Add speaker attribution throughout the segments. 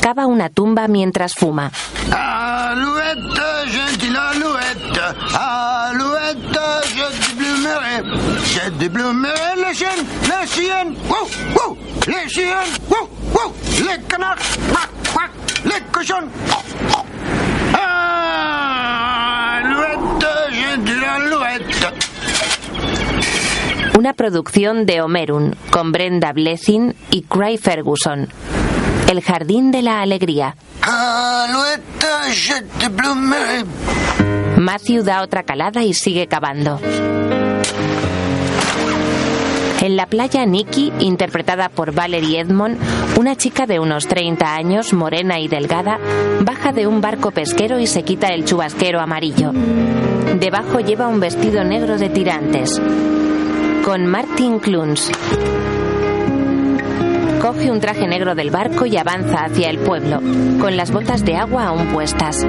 Speaker 1: cava una tumba mientras fuma.
Speaker 2: Alouette, gentille alouette, alouette, je déplumerai, je déplumerai les chiennes, les chiennes, wouh, wouh, les chiennes, wouh, wouh, les canards, quack, quack, les cochons. Alouette, gentille alouette.
Speaker 1: Una producción de Homerun con Brenda Blessing y Craig Ferguson. El jardín de la alegría.
Speaker 2: Alouette, je déplumerai.
Speaker 1: Matthew da otra calada y sigue cavando. En la playa, Nikki, interpretada por Valerie Edmond, una chica de unos 30 años, morena y delgada, baja de un barco pesquero y se quita el chubasquero amarillo. Debajo lleva un vestido negro de tirantes. Con Martin Clunes. Coge un traje negro del barco y avanza hacia el pueblo, con las botas de agua aún puestas.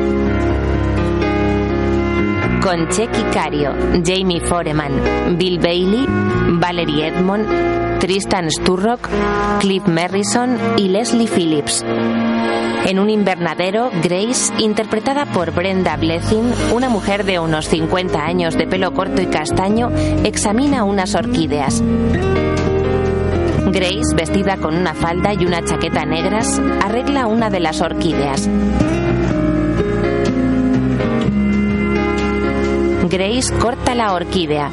Speaker 1: Con Checky Cario, Jamie Foreman, Bill Bailey, Valerie Edmond, Tristan Sturrock, Cliff Merrison y Leslie Phillips. En un invernadero, Grace, interpretada por Brenda Blessing, una mujer de unos 50 años de pelo corto y castaño, examina unas orquídeas. Grace, vestida con una falda y una chaqueta negras, arregla una de las orquídeas. Grace corta la orquídea.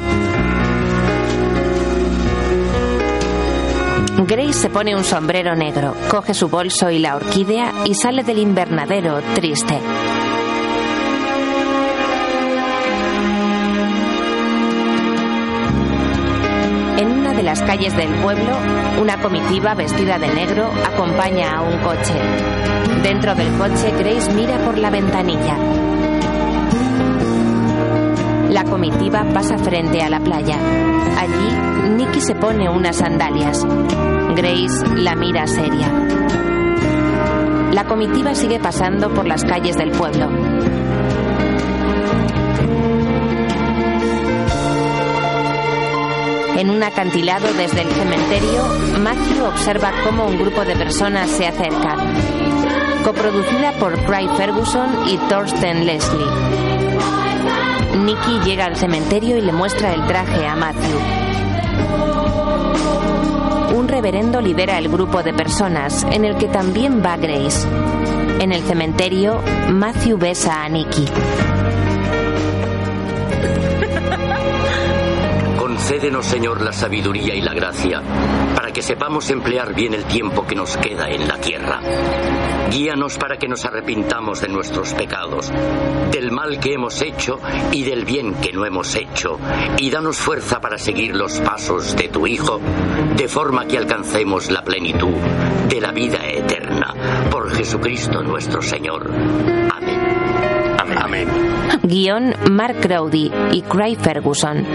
Speaker 1: Grace se pone un sombrero negro, coge su bolso y la orquídea y sale del invernadero triste. En una de las calles del pueblo, una comitiva vestida de negro acompaña a un coche. Dentro del coche, Grace mira por la ventanilla. La comitiva pasa frente a la playa. Allí, Nicky se pone unas sandalias. Grace la mira seria. La comitiva sigue pasando por las calles del pueblo. En un acantilado desde el cementerio, Matthew observa cómo un grupo de personas se acerca. Coproducida por Craig Ferguson y Thorsten Leslie. Nicky llega al cementerio y le muestra el traje a Matthew. Un reverendo lidera el grupo de personas, en el que también va Grace. En el cementerio, Matthew besa a Nicky.
Speaker 3: Concédenos, Señor, la sabiduría y la gracia para que sepamos emplear bien el tiempo que nos queda en la tierra. Guíanos para que nos arrepintamos de nuestros pecados, del mal que hemos hecho y del bien que no hemos hecho, y danos fuerza para seguir los pasos de tu Hijo, de forma que alcancemos la plenitud de la vida eterna. Por Jesucristo nuestro Señor. Amén. Amén.
Speaker 1: Guión Mark Crowdy y Craig Ferguson.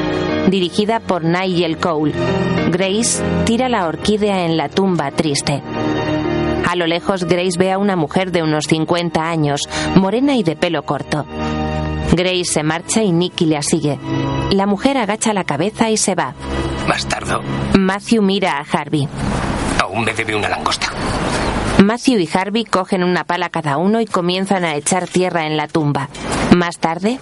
Speaker 1: Dirigida por Nigel Cole. Grace tira la orquídea en la tumba triste. A lo lejos, Grace ve a una mujer de unos 50 años, morena y de pelo corto. Grace se marcha y Nicky la sigue. La mujer agacha la cabeza y se va.
Speaker 4: Bastardo,
Speaker 1: Matthew mira a Harvey.
Speaker 4: aún me debe una langosta.
Speaker 1: Matthew y Harvey cogen una pala cada uno y comienzan a echar tierra en la tumba. Más tarde,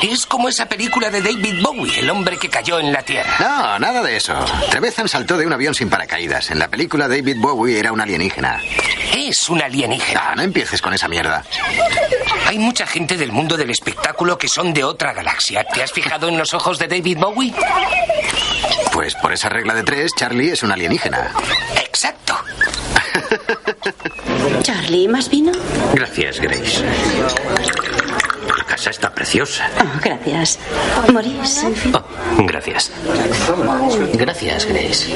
Speaker 4: Es como esa película de David Bowie, el hombre que cayó en la tierra.
Speaker 5: No, nada de eso. Trevezan saltó de un avión sin paracaídas. En la película David Bowie era un alienígena.
Speaker 4: Es un alienígena.
Speaker 5: Ah, no empieces con esa mierda.
Speaker 4: Hay mucha gente del mundo del espectáculo que son de otra galaxia. ¿Te has fijado en los ojos de David Bowie?
Speaker 5: Pues por esa regla de tres, Charlie es un alienígena.
Speaker 4: Exacto.
Speaker 6: Charlie, ¿más vino?
Speaker 3: Gracias, Grace. La casa está preciosa.
Speaker 6: Ah, gracias. Maurice.
Speaker 3: Oh, gracias. Gracias, Grace.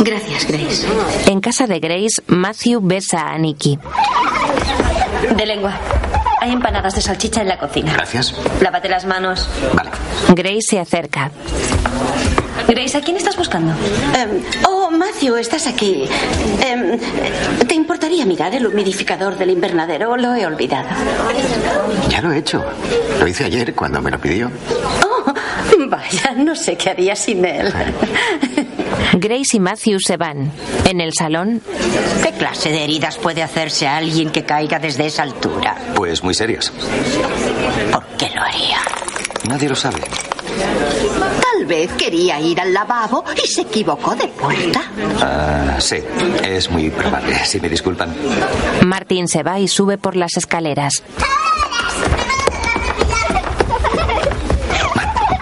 Speaker 6: Gracias, Grace.
Speaker 1: en casa de Grace, Matthew besa a Nicky.
Speaker 6: De lengua. Hay empanadas de salchicha en la cocina.
Speaker 5: Gracias.
Speaker 6: Lávate las manos.
Speaker 5: Vale.
Speaker 1: Grace se acerca.
Speaker 6: Grace, ¿a quién estás buscando? oh, Matthew, estás aquí. Em, ¿Te importaría mirar el humidificador del invernadero? Lo he olvidado.
Speaker 5: Ya lo he hecho. Lo hice ayer cuando me lo pidió.
Speaker 6: Oh, vaya, no sé qué haría sin él.
Speaker 1: Grace y Matthew se van. En el salón,
Speaker 7: ¿Qué clase de heridas puede hacerse a alguien que caiga desde esa altura?
Speaker 8: Pues muy serias.
Speaker 7: ¿Por qué lo haría?
Speaker 8: Nadie lo sabe.
Speaker 9: Tal vez quería ir al lavabo y se equivocó de puerta.
Speaker 8: Ah, sí, es muy probable, si me disculpan.
Speaker 1: Martin se va y sube por las escaleras.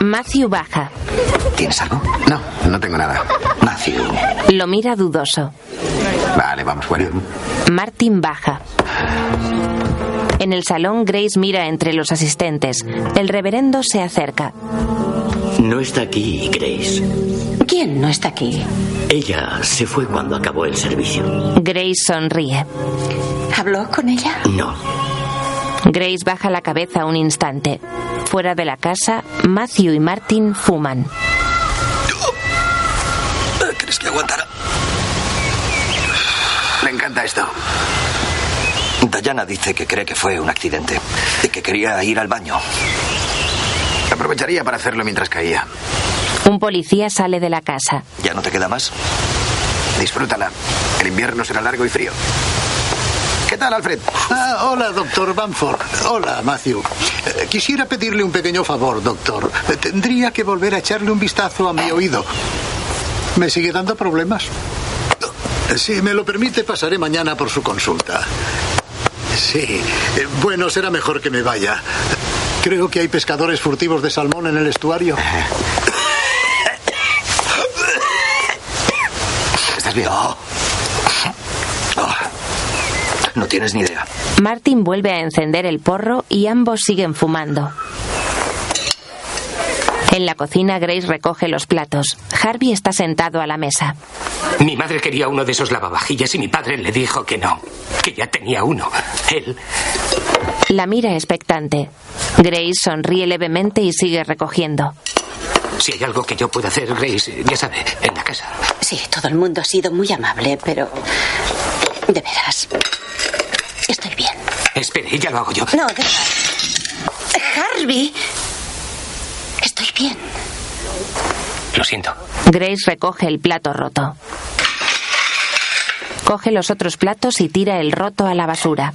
Speaker 1: Matthew baja.
Speaker 5: ¿Tienes algo? No, no tengo nada.
Speaker 8: Matthew.
Speaker 1: Lo mira dudoso.
Speaker 5: Vale, vamos fuera.
Speaker 1: Martin baja. En el salón, Grace mira entre los asistentes. El reverendo se acerca.
Speaker 3: No está aquí, Grace.
Speaker 6: ¿Quién no está aquí?
Speaker 3: Ella se fue cuando acabó el servicio.
Speaker 1: Grace sonríe.
Speaker 6: ¿Habló con ella?
Speaker 3: No.
Speaker 1: Grace baja la cabeza un instante. Fuera de la casa, Matthew y Martin fuman.
Speaker 8: ¿Crees que aguantará?
Speaker 5: Me encanta esto.
Speaker 8: Dayana dice que cree que fue un accidente y que quería ir al baño.
Speaker 5: Aprovecharía para hacerlo mientras caía.
Speaker 1: Un policía sale de la casa.
Speaker 8: ¿Ya no te queda más?
Speaker 5: Disfrútala. El invierno será largo y frío. ¿Qué tal, Alfred?
Speaker 2: Ah, hola, doctor Banford. Hola, Matthew. Eh, quisiera pedirle un pequeño favor, doctor. Eh, tendría que volver a echarle un vistazo a mi oído. ¿Me sigue dando problemas? Eh, Si me lo permite, pasaré mañana por su consulta. Sí. eh, Bueno, será mejor que me vaya. Creo que hay pescadores furtivos de salmón en el estuario.
Speaker 5: ¿Estás bien?
Speaker 8: Oh. No tienes ni idea.
Speaker 1: Martin vuelve a encender el porro y ambos siguen fumando. En la cocina, Grace recoge los platos. Harvey está sentado a la mesa.
Speaker 4: Mi madre quería uno de esos lavavajillas y mi padre le dijo que no, que ya tenía uno. Él.
Speaker 1: La mira expectante. Grace sonríe levemente y sigue recogiendo.
Speaker 4: Si hay algo que yo pueda hacer, Grace, ya sabe, en la casa.
Speaker 6: Sí, todo el mundo ha sido muy amable, pero. De veras. Estoy bien.
Speaker 4: Espere, ya lo hago yo.
Speaker 6: No, deja. Harvey. Estoy bien.
Speaker 4: Lo siento.
Speaker 1: Grace recoge el plato roto. Coge los otros platos y tira el roto a la basura.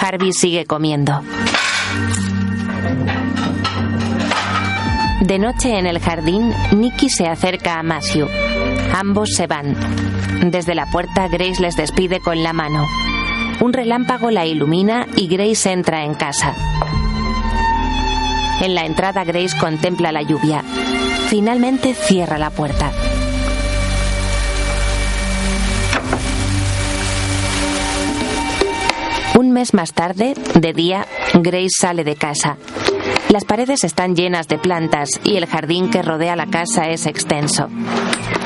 Speaker 1: Harvey sigue comiendo. De noche en el jardín, Nicky se acerca a Matthew. Ambos se van. Desde la puerta, Grace les despide con la mano. Un relámpago la ilumina y Grace entra en casa. En la entrada Grace contempla la lluvia. Finalmente cierra la puerta. Un mes más tarde, de día, Grace sale de casa. Las paredes están llenas de plantas y el jardín que rodea la casa es extenso.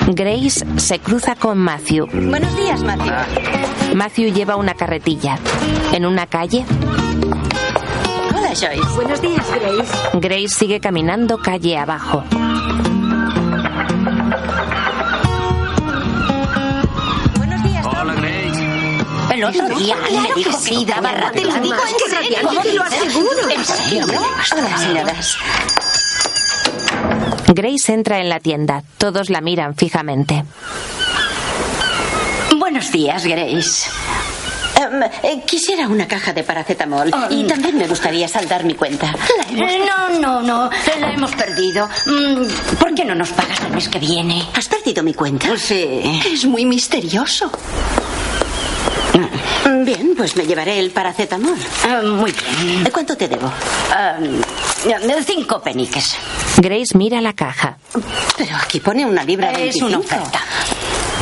Speaker 1: Grace se cruza con Matthew.
Speaker 6: Buenos días, Matthew.
Speaker 1: Matthew lleva una carretilla. En una calle,
Speaker 6: Hola, Joyce.
Speaker 10: Buenos días, Grace.
Speaker 1: Grace sigue caminando calle abajo.
Speaker 6: Buenos días, Tom.
Speaker 7: El otro día
Speaker 9: claro
Speaker 7: me dijo
Speaker 9: que
Speaker 7: que
Speaker 9: sí,
Speaker 7: no
Speaker 9: daba
Speaker 7: podía
Speaker 9: rabia.
Speaker 7: arreglar
Speaker 9: Te lo digo en
Speaker 7: más.
Speaker 9: serio, te lo aseguro.
Speaker 7: ¿En serio?
Speaker 6: Hola, señoras.
Speaker 1: Grace entra en la tienda. Todos la miran fijamente.
Speaker 7: Buenos días, Grace.
Speaker 6: Em, eh, quisiera una caja de paracetamol y también me gustaría saldar mi cuenta.
Speaker 7: Ah, Eh, No, no, no. La hemos perdido. Mm, ¿Por qué no nos pagas el mes que viene?
Speaker 6: ¿Has perdido mi cuenta?
Speaker 7: Pues Sí.
Speaker 9: Es muy misterioso.
Speaker 6: Bien, pues me llevaré el paracetamol.
Speaker 7: Ah, muy bien.
Speaker 6: ¿Eh, ¿Cuánto te debo? mm,
Speaker 7: Ah, eh, cinco peniques.
Speaker 1: Grace mira la caja.
Speaker 6: Pero aquí pone una libra de
Speaker 7: Es una oferta.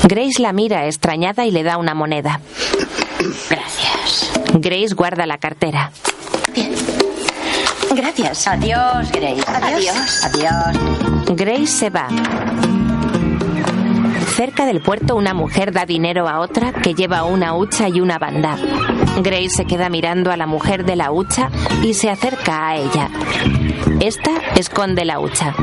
Speaker 1: Grace la mira extrañada y le da una moneda.
Speaker 7: Gracias.
Speaker 1: Grace guarda la cartera.
Speaker 6: Gracias.
Speaker 7: Adiós, Grace.
Speaker 6: Adiós.
Speaker 7: Adiós.
Speaker 1: Grace se va. Cerca del puerto una mujer da dinero a otra que lleva una hucha y una banda. Grace se queda mirando a la mujer de la hucha y se acerca a ella. Esta esconde la hucha.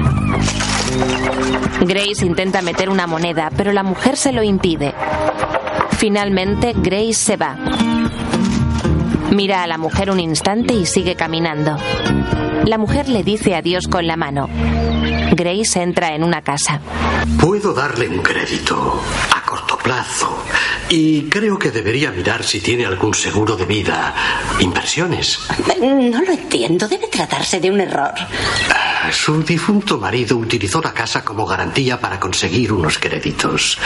Speaker 1: Grace intenta meter una moneda, pero la mujer se lo impide. Finalmente, Grace se va. Mira a la mujer un instante y sigue caminando. La mujer le dice adiós con la mano. Grace entra en una casa.
Speaker 10: Puedo darle un crédito a corto plazo y creo que debería mirar si tiene algún seguro de vida, inversiones.
Speaker 6: No lo entiendo. Debe tratarse de un error.
Speaker 10: Ah, Su difunto marido utilizó la casa como garantía para conseguir unos créditos.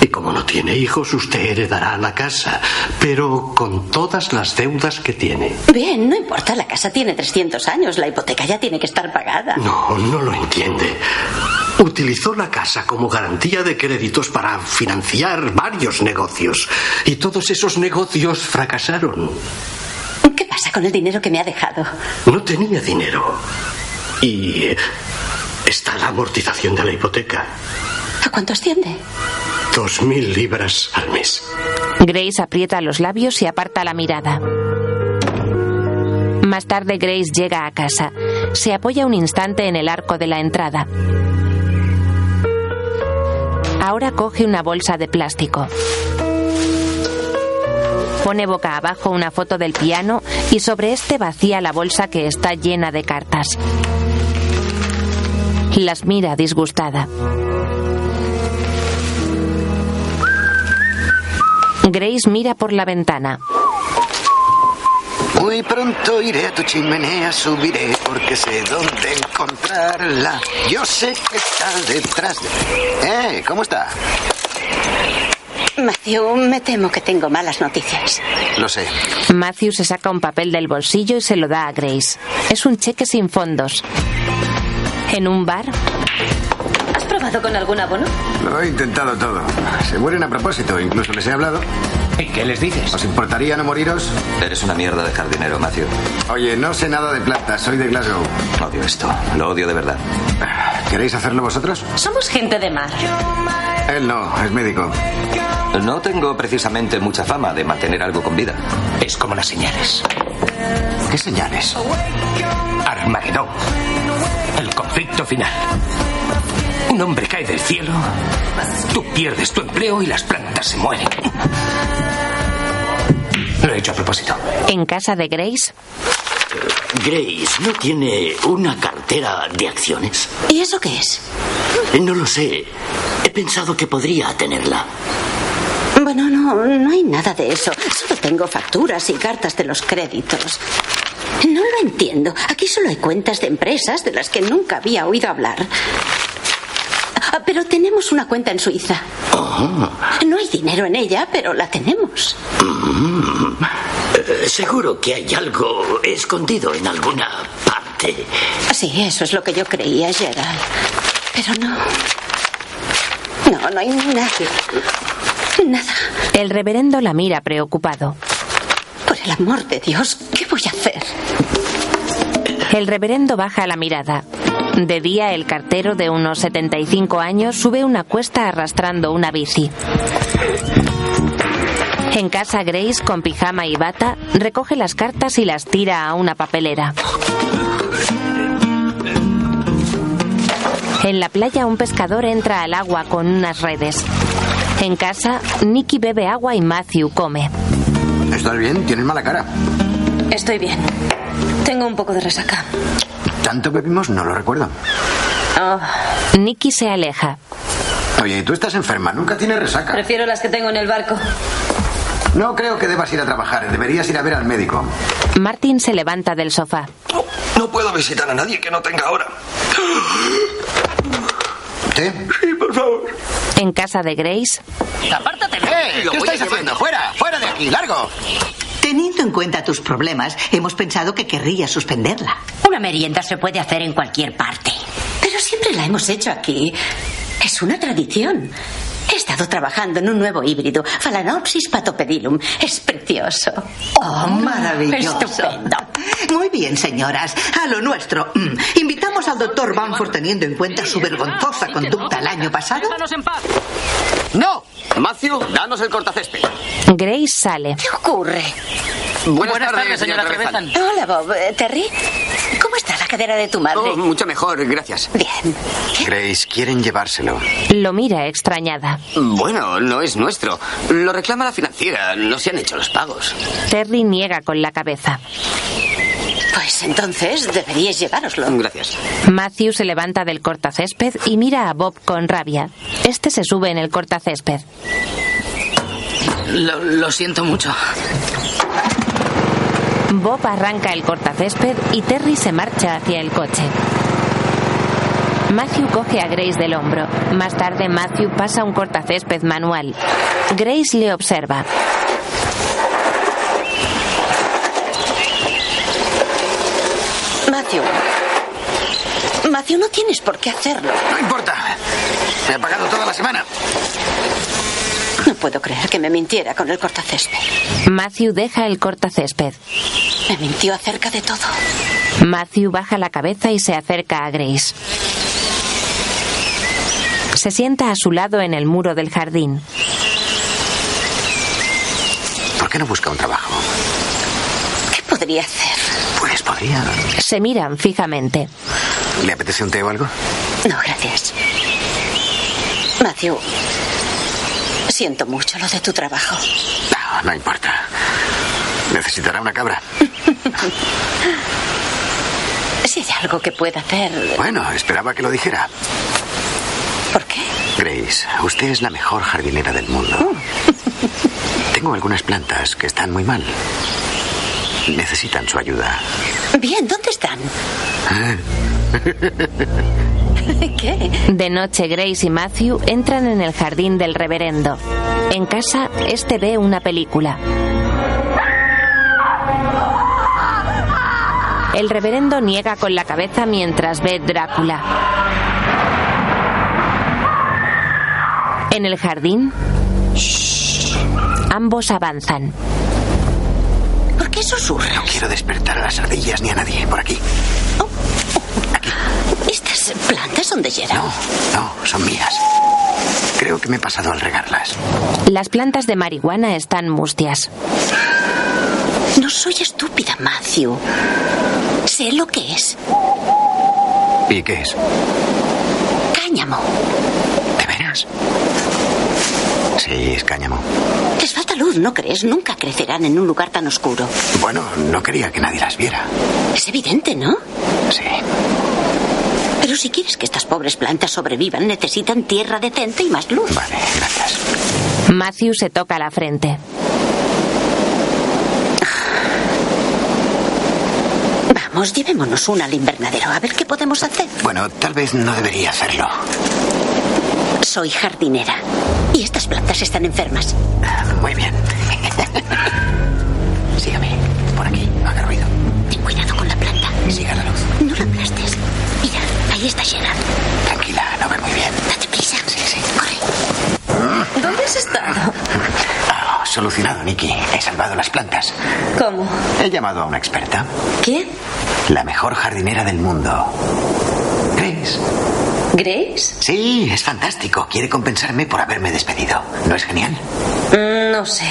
Speaker 10: Y como no tiene hijos, usted heredará la casa, pero con todas las deudas que tiene.
Speaker 6: Bien, no importa. La casa tiene 300 años. La hipoteca ya tiene que estar pagada.
Speaker 10: No, no lo entiende. Utilizó la casa como garantía de créditos para financiar varios negocios. Y todos esos negocios fracasaron.
Speaker 6: ¿Qué pasa con el dinero que me ha dejado?
Speaker 10: No tenía dinero. Y eh, está la amortización de la hipoteca.
Speaker 6: ¿A cuánto asciende?
Speaker 10: Dos mil libras al mes.
Speaker 1: Grace aprieta los labios y aparta la mirada. Más tarde Grace llega a casa. Se apoya un instante en el arco de la entrada. Ahora coge una bolsa de plástico. Pone boca abajo una foto del piano y sobre este vacía la bolsa que está llena de cartas. Las mira disgustada. Grace mira por la ventana.
Speaker 5: Muy pronto iré a tu chimenea, subiré porque sé dónde encontrarla. Yo sé que está detrás de... ¡Eh! ¿Cómo está?
Speaker 6: Matthew, me temo que tengo malas noticias.
Speaker 5: Lo sé.
Speaker 1: Matthew se saca un papel del bolsillo y se lo da a Grace. Es un cheque sin fondos. En un bar,
Speaker 6: ¿Has probado con algún abono?
Speaker 5: Lo he intentado todo. Se mueren a propósito, incluso les he hablado.
Speaker 4: ¿Y qué les dices?
Speaker 5: ¿Os importaría no moriros?
Speaker 8: Eres una mierda de jardinero, Matthew.
Speaker 5: Oye, no sé nada de plata, soy de Glasgow.
Speaker 8: Odio esto. Lo odio de verdad.
Speaker 5: ¿Queréis hacerlo vosotros?
Speaker 6: Somos gente de mar.
Speaker 5: Él no, es médico.
Speaker 8: No tengo precisamente mucha fama de mantener algo con vida.
Speaker 4: Es como las señales.
Speaker 5: ¿Qué señales?
Speaker 4: Armagedón. El conflicto final. Un hombre cae del cielo, tú pierdes tu empleo y las plantas se mueren. Lo he hecho a propósito.
Speaker 1: en casa de Grace,
Speaker 3: Grace no tiene una cartera de acciones.
Speaker 6: ¿Y eso qué es?
Speaker 3: No lo sé. He pensado que podría tenerla.
Speaker 6: Bueno, no, no hay nada de eso. Solo tengo facturas y cartas de los créditos. No lo entiendo. Aquí solo hay cuentas de empresas de las que nunca había oído hablar. Ah, Pero tenemos una cuenta en Suiza.
Speaker 3: Oh.
Speaker 6: No hay dinero en ella, pero la tenemos.
Speaker 3: Eh, Mm. Seguro que hay algo escondido en alguna parte.
Speaker 6: Sí, eso es lo que yo creía, Gerald. Pero no. No, no hay nadie. Nada.
Speaker 1: el reverendo la mira preocupado.
Speaker 6: Por el amor de Dios, ¿qué voy a hacer?
Speaker 1: El reverendo baja la mirada. De día, el cartero de unos 75 años sube una cuesta arrastrando una bici. En casa, Grace, con pijama y bata, recoge las cartas y las tira a una papelera. En la playa, un pescador entra al agua con unas redes. En casa, Nicky bebe agua y Matthew come.
Speaker 5: ¿Estás bien? Tienes mala cara.
Speaker 6: Estoy bien. Tengo un poco de resaca.
Speaker 5: ¿Tanto bebimos? No lo recuerdo.
Speaker 1: Ah. Nicky se aleja.
Speaker 5: Oye, tú estás enferma, nunca tienes resaca.
Speaker 6: Prefiero las que tengo en el barco.
Speaker 5: No creo que debas ir a trabajar, deberías ir a ver al médico.
Speaker 1: Martin se levanta del sofá.
Speaker 8: No puedo visitar a nadie que no tenga ahora.
Speaker 5: ¿Sí?
Speaker 1: En casa de Grace,
Speaker 4: ¡Apártate!
Speaker 5: ¡Eh! ¿Qué estáis haciendo? ¡Fuera! ¡Fuera de aquí! ¡Largo!
Speaker 9: Teniendo en cuenta tus problemas, hemos pensado que querrías suspenderla.
Speaker 7: Una merienda se puede hacer en cualquier parte.
Speaker 6: Pero siempre la hemos hecho aquí. Es una tradición. He estado trabajando en un nuevo híbrido, Phalaenopsis patopedilum. Es precioso.
Speaker 9: Oh, maravilloso.
Speaker 6: Estupendo.
Speaker 9: Muy bien, señoras. A lo nuestro. Mm. Invitamos al doctor Banford teniendo en cuenta su vergonzosa conducta el año pasado.
Speaker 11: ¡No! Matthew, danos el cortacésped.
Speaker 1: Grace sale.
Speaker 6: ¿Qué ocurre?
Speaker 11: Buenas, tardes, señora Trevezan.
Speaker 6: Hola, Bob. Eh, ¿Terry? ¿Cómo está la cadera de tu madre?
Speaker 11: Oh, mucho mejor, gracias.
Speaker 6: Bien.
Speaker 5: Grace, quieren llevárselo.
Speaker 1: Lo mira extrañada.
Speaker 11: Bueno, no es nuestro. Lo reclama la financiera. No se han hecho los pagos.
Speaker 1: Terry niega con la cabeza.
Speaker 6: Pues entonces deberíais llevároslo.
Speaker 11: Gracias.
Speaker 1: Matthew se levanta del cortacésped y mira a Bob con rabia. Este se sube en el cortacésped.
Speaker 12: Lo, lo siento mucho.
Speaker 1: Bob arranca el cortacésped y Terry se marcha hacia el coche. Matthew coge a Grace del hombro. Más tarde Matthew pasa un cortacésped manual. Grace le observa.
Speaker 6: Matthew. Matthew, no tienes por qué hacerlo.
Speaker 5: No importa. Me ha pagado toda la semana.
Speaker 6: No puedo creer que me mintiera con el cortacésped.
Speaker 1: Matthew deja el cortacésped.
Speaker 6: Me mintió acerca de todo.
Speaker 1: Matthew baja la cabeza y se acerca a Grace. Se sienta a su lado en el muro del jardín.
Speaker 5: ¿Por qué no busca un trabajo?
Speaker 6: ¿Qué podría hacer?
Speaker 5: Pues podría.
Speaker 1: Se miran fijamente.
Speaker 5: ¿Le apetece un té o algo?
Speaker 6: No, gracias. Matthew, siento mucho lo de tu trabajo.
Speaker 5: Ah, No, no importa. Necesitará una cabra.
Speaker 6: Si hay algo que pueda hacer.
Speaker 5: Bueno, esperaba que lo dijera.
Speaker 6: ¿Por qué? Oh.
Speaker 5: Grace, usted es la mejor jardinera del mundo. Tengo algunas plantas que están muy mal. Necesitan su ayuda.
Speaker 6: Bien, ¿dónde están? ¿Qué?
Speaker 1: De noche, Grace y Matthew entran en el jardín del reverendo. En casa, este ve una película. El reverendo niega con la cabeza mientras ve Drácula. En el jardín, Shh. ambos avanzan.
Speaker 6: ¿Por qué susurra?
Speaker 5: No quiero despertar a las ardillas ni a nadie por aquí.
Speaker 6: Oh. Oh. aquí. ¿Estas plantas son de Gerard?
Speaker 5: No, no, son mías. Creo que me he pasado al regarlas.
Speaker 1: Las plantas de marihuana están mustias.
Speaker 6: No soy estúpida, Matthew. Sé lo que es.
Speaker 5: ¿Y qué es?
Speaker 6: Cáñamo.
Speaker 5: ¿De veras? Sí, es cáñamo.
Speaker 6: Les falta luz, ¿no crees? Nunca crecerán en un lugar tan oscuro.
Speaker 5: Bueno, no quería que nadie las viera.
Speaker 6: Es evidente, ¿no?
Speaker 5: Sí.
Speaker 6: Pero si quieres que estas pobres plantas sobrevivan, necesitan tierra decente y más luz.
Speaker 5: Vale, gracias.
Speaker 1: Matthew se toca la frente.
Speaker 6: Vamos, llevémonos una al invernadero, a ver qué podemos hacer.
Speaker 5: Bueno, tal vez no debería hacerlo.
Speaker 6: Soy jardinera y estas plantas están enfermas.
Speaker 5: Ah, Muy bien. Sígame, por aquí, no haga ruido.
Speaker 6: Ten cuidado con la planta.
Speaker 5: Siga la luz.
Speaker 6: No la aplastes. Mira, ahí está Gerard.
Speaker 5: Tranquila, no ve muy bien.
Speaker 6: Date prisa.
Speaker 5: Sí, sí.
Speaker 6: Corre.
Speaker 12: ¿Dónde has estado?
Speaker 5: Oh, solucionado, Nicky. He salvado las plantas.
Speaker 12: ¿Cómo?
Speaker 5: He llamado a una experta.
Speaker 12: ¿Quién?
Speaker 5: La mejor jardinera del mundo. Grace.
Speaker 12: ¿Grace?
Speaker 5: Sí, es fantástico. Quiere compensarme por haberme despedido. ¿No es genial?
Speaker 12: Mm, No sé.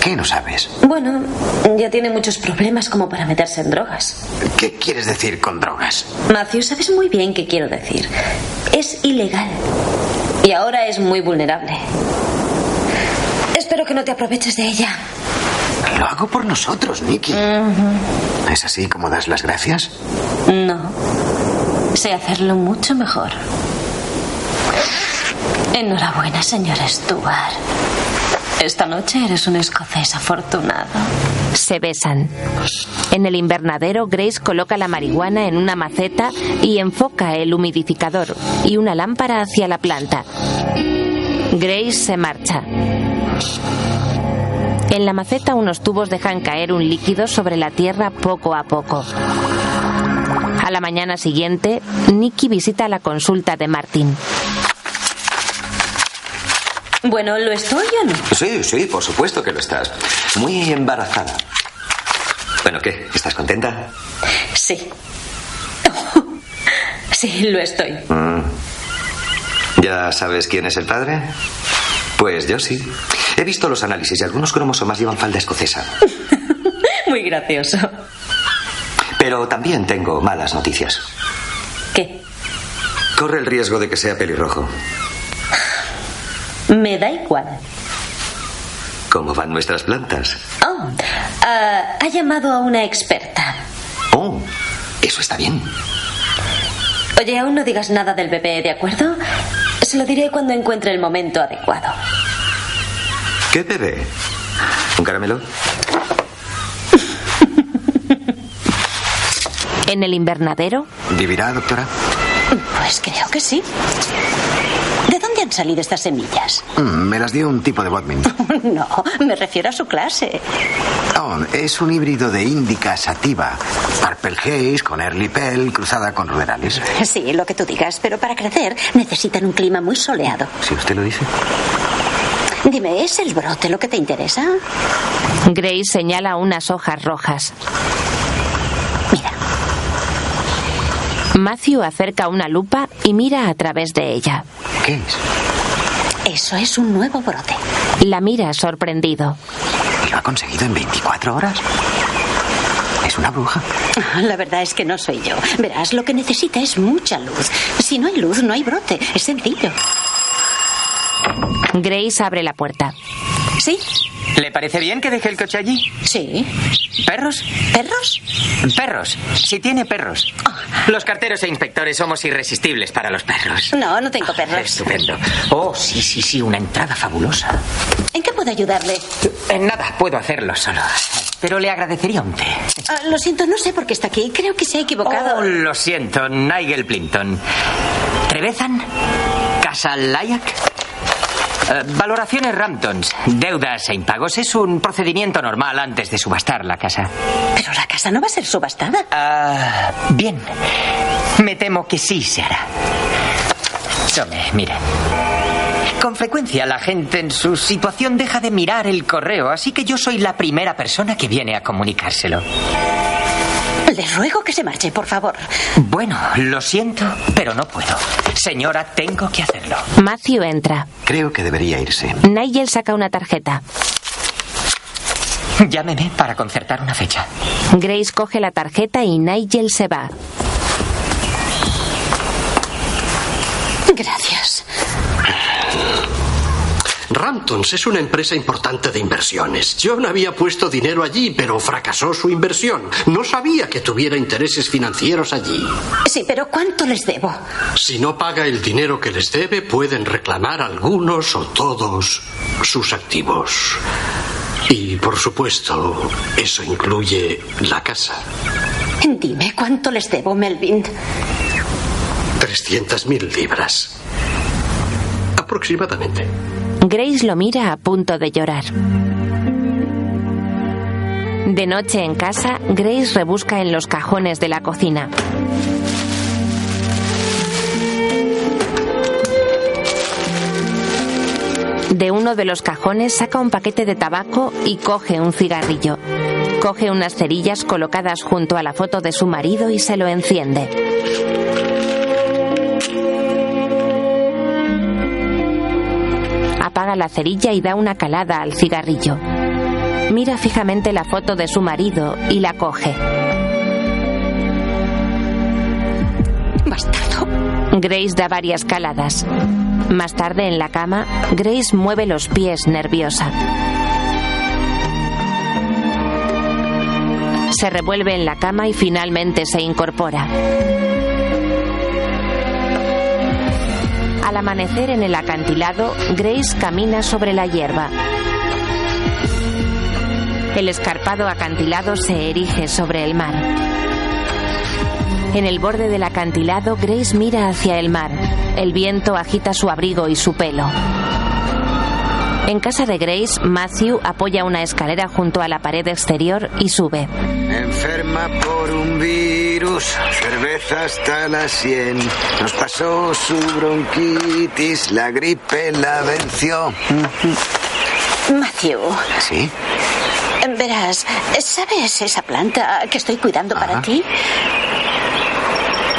Speaker 5: ¿Qué no sabes?
Speaker 12: Bueno, ya tiene muchos problemas como para meterse en drogas.
Speaker 5: ¿Qué quieres decir con drogas?
Speaker 12: Matthew, sabes muy bien qué quiero decir. Es ilegal. Y ahora es muy vulnerable. Espero que no te aproveches de ella.
Speaker 5: Lo hago por nosotros, Nicky. Uh -huh. ¿Es así como das las gracias?
Speaker 12: No. Sé hacerlo mucho mejor. Enhorabuena, señor Stuart. Esta noche eres un escocés afortunado.
Speaker 1: Se besan. En el invernadero, Grace coloca la marihuana en una maceta y enfoca el humidificador y una lámpara hacia la planta. Grace se marcha. En la maceta unos tubos dejan caer un líquido sobre la tierra poco a poco. A la mañana siguiente, Nicky visita la consulta de Martin.
Speaker 12: er- Bueno, ¿lo estoy o no?
Speaker 8: Sí, sí, por supuesto que lo estás. Muy embarazada. Bueno, ¿qué? ¿Estás contenta?
Speaker 12: Sí. sí, lo estoy.
Speaker 8: Mm. ¿Ya sabes quién es el padre? Pues yo sí. He visto los análisis y algunos cromosomas llevan falda escocesa.
Speaker 12: Muy gracioso.
Speaker 8: Pero también tengo malas noticias.
Speaker 12: ¿Qué?
Speaker 8: Corre el riesgo de que sea pelirrojo.
Speaker 12: Me da igual.
Speaker 8: ¿Cómo van nuestras plantas?
Speaker 12: Oh, uh, ha llamado a una experta.
Speaker 8: Eso está bien.
Speaker 12: Oye, aún no digas nada del bebé, ¿de acuerdo? Se lo diré cuando encuentre el momento adecuado.
Speaker 8: ¿Qué bebé? ¿Un caramelo?
Speaker 1: En el invernadero,
Speaker 8: ¿Vivirá, doctora?
Speaker 6: Pues creo que sí. ¿De dónde han salido estas semillas?
Speaker 5: Mm, me las dio un tipo de badminton.
Speaker 6: No, me refiero a su clase.
Speaker 5: Oh, es un híbrido de índica sativa. Purple Haze con early pell cruzada con ruderales.
Speaker 6: Sí, lo que tú digas, pero para crecer necesitan un clima muy soleado.
Speaker 8: Si usted lo dice.
Speaker 6: Dime, ¿es el brote lo que te interesa?
Speaker 1: Grace señala unas hojas rojas. Mira. Matthew acerca una lupa y mira a través de ella.
Speaker 8: ¿Qué es?
Speaker 6: Eso es un nuevo brote.
Speaker 1: La mira sorprendido.
Speaker 8: ¿Lo ha conseguido en 24 horas? Es una bruja.
Speaker 6: Ah, La verdad es que no soy yo. Verás, lo que necesita es mucha luz. Si no hay luz, no hay brote. Es sencillo.
Speaker 1: Grace abre la puerta.
Speaker 6: ¿Sí?
Speaker 13: ¿Le parece bien que deje el coche allí?
Speaker 6: Sí.
Speaker 13: ¿Perros?
Speaker 6: ¿Perros?
Speaker 13: Perros. Si tiene perros. Los carteros e inspectores somos irresistibles para los perros. Ah,
Speaker 6: No, no tengo perros.
Speaker 13: Estupendo. Oh, sí, sí, sí, una entrada fabulosa.
Speaker 6: ¿En qué puedo ayudarle?
Speaker 13: En Eh, nada, puedo hacerlo solo. Pero le agradecería un té.
Speaker 6: Ah, lo siento, no sé por qué está aquí. Creo que se ha equivocado.
Speaker 13: Oh, lo siento, Nigel Plimpton. Trevezan, Casa Layak. Eh, valoraciones Ramptons, deudas e impagos es un procedimiento normal antes de subastar la casa.
Speaker 6: Pero la casa no va a ser subastada.
Speaker 13: Ah, bien. Me temo que sí se hará. Tome, mire. Con frecuencia la gente en su situación deja de mirar el correo, así que yo soy la primera persona que viene a comunicárselo.
Speaker 6: Le ruego que se marche, por favor.
Speaker 13: Bueno, lo siento, pero no puedo. Señora, tengo que hacerlo.
Speaker 1: Matthew entra.
Speaker 8: Creo que debería irse.
Speaker 1: Nigel saca una tarjeta.
Speaker 13: Llámeme para concertar una fecha.
Speaker 1: Grace coge la tarjeta y Nigel se va.
Speaker 6: Gracias.
Speaker 10: Ramptons es una empresa importante de inversiones. John había puesto dinero allí, pero fracasó su inversión. No sabía que tuviera intereses financieros allí.
Speaker 13: Oh.
Speaker 6: Sí, pero ¿cuánto les debo?
Speaker 10: Si no paga el dinero que les debe, pueden reclamar algunos o todos sus activos. Y, por supuesto, eso incluye la casa.
Speaker 6: Dime, ¿cuánto les debo, Melvin?
Speaker 10: 300.000 libras. Aproximadamente.
Speaker 1: Grace lo mira a punto de llorar. De noche en casa, Grace rebusca en los cajones de la cocina. De uno de los cajones saca un paquete de tabaco y coge un cigarrillo. Coge unas cerillas colocadas junto a la foto de su marido y se lo enciende. Apaga la cerilla y da una calada al cigarrillo. Mira fijamente la foto de su marido y la coge.
Speaker 6: Bastardo.
Speaker 1: Grace da varias caladas. Más tarde en la cama, Grace mueve los pies nerviosa. Se revuelve en la cama y finalmente se incorpora. Al amanecer en el acantilado, Grace camina sobre la hierba. El escarpado acantilado se erige sobre el mar. En el borde del acantilado, Grace mira hacia el mar. El viento agita su abrigo y su pelo. En casa de Grace, Matthew apoya una escalera junto a la pared exterior y sube.
Speaker 5: Enferma por un virus, cerveza hasta la sien. Nos pasó su bronquitis, la gripe la venció.
Speaker 6: Matthew,
Speaker 5: ¿Sí?
Speaker 6: verás, ¿sabes esa planta que estoy cuidando para ti?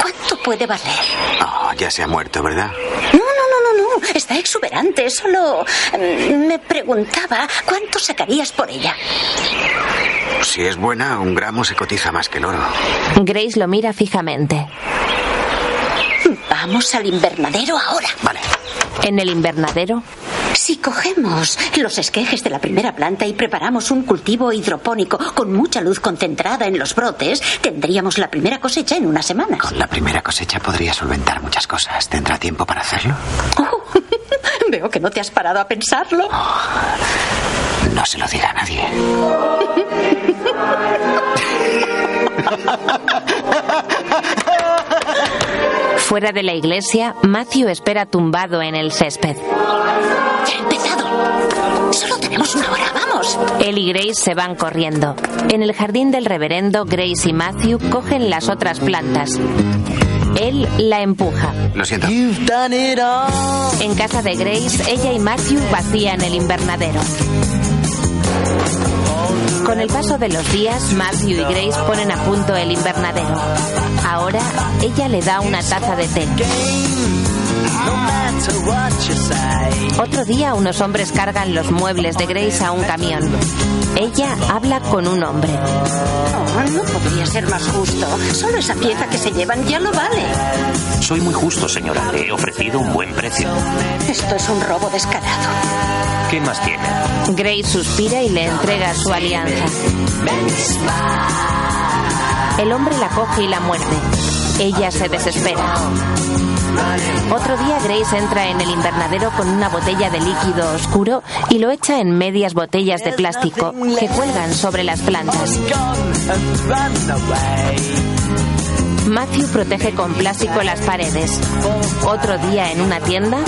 Speaker 6: ¿Cuánto puede valer?
Speaker 5: Oh, ya se ha muerto, ¿verdad?
Speaker 6: No, no, no, no, no. Está exuberante. Solo mm, me preguntaba cuánto sacarías por ella.
Speaker 5: Si es buena, un gramo se cotiza más que el oro.
Speaker 1: Grace lo mira fijamente.
Speaker 6: Vamos al invernadero ahora.
Speaker 1: En el invernadero,
Speaker 6: Si cogemos los esquejes de la primera planta y preparamos un cultivo hidropónico con mucha luz concentrada en los brotes, tendríamos la primera cosecha en una semana.
Speaker 14: Con la primera cosecha podría solventar muchas cosas. ¿Tendrá tiempo para hacerlo?
Speaker 6: Oh, veo que no te has parado a pensarlo.
Speaker 14: Oh, no se lo diga a nadie.
Speaker 1: Fuera de la iglesia, Matthew espera tumbado en el césped.
Speaker 6: ¡Ya ha empezado! Solo tenemos una hora, vamos.
Speaker 1: Él y Grace se van corriendo. En el jardín del reverendo, Grace y Matthew cogen las otras plantas. Él la empuja.
Speaker 14: Lo siento.
Speaker 1: En casa de Grace, ella y Matthew vacían el invernadero. Con el paso de los días, Matthew y Grace ponen a punto el invernadero. Ahora, ella le da una taza de té. Otro día, unos hombres cargan los muebles de Grace a un camión. Ella habla con un hombre.
Speaker 6: Oh, no podría ser más justo. Solo esa pieza que se llevan ya lo vale.
Speaker 15: Soy muy justo, señora. Le he ofrecido un buen precio.
Speaker 6: Esto es un robo descarado.
Speaker 15: ¿Qué más tiene?
Speaker 1: Grace suspira y le entrega su alianza. El hombre la coge y la muerde. Ella se desespera. Otro día Grace entra en el invernadero con una botella de líquido oscuro y lo echa en medias botellas de plástico que cuelgan sobre las plantas. Matthew protege con plástico las paredes. Otro día en una tienda.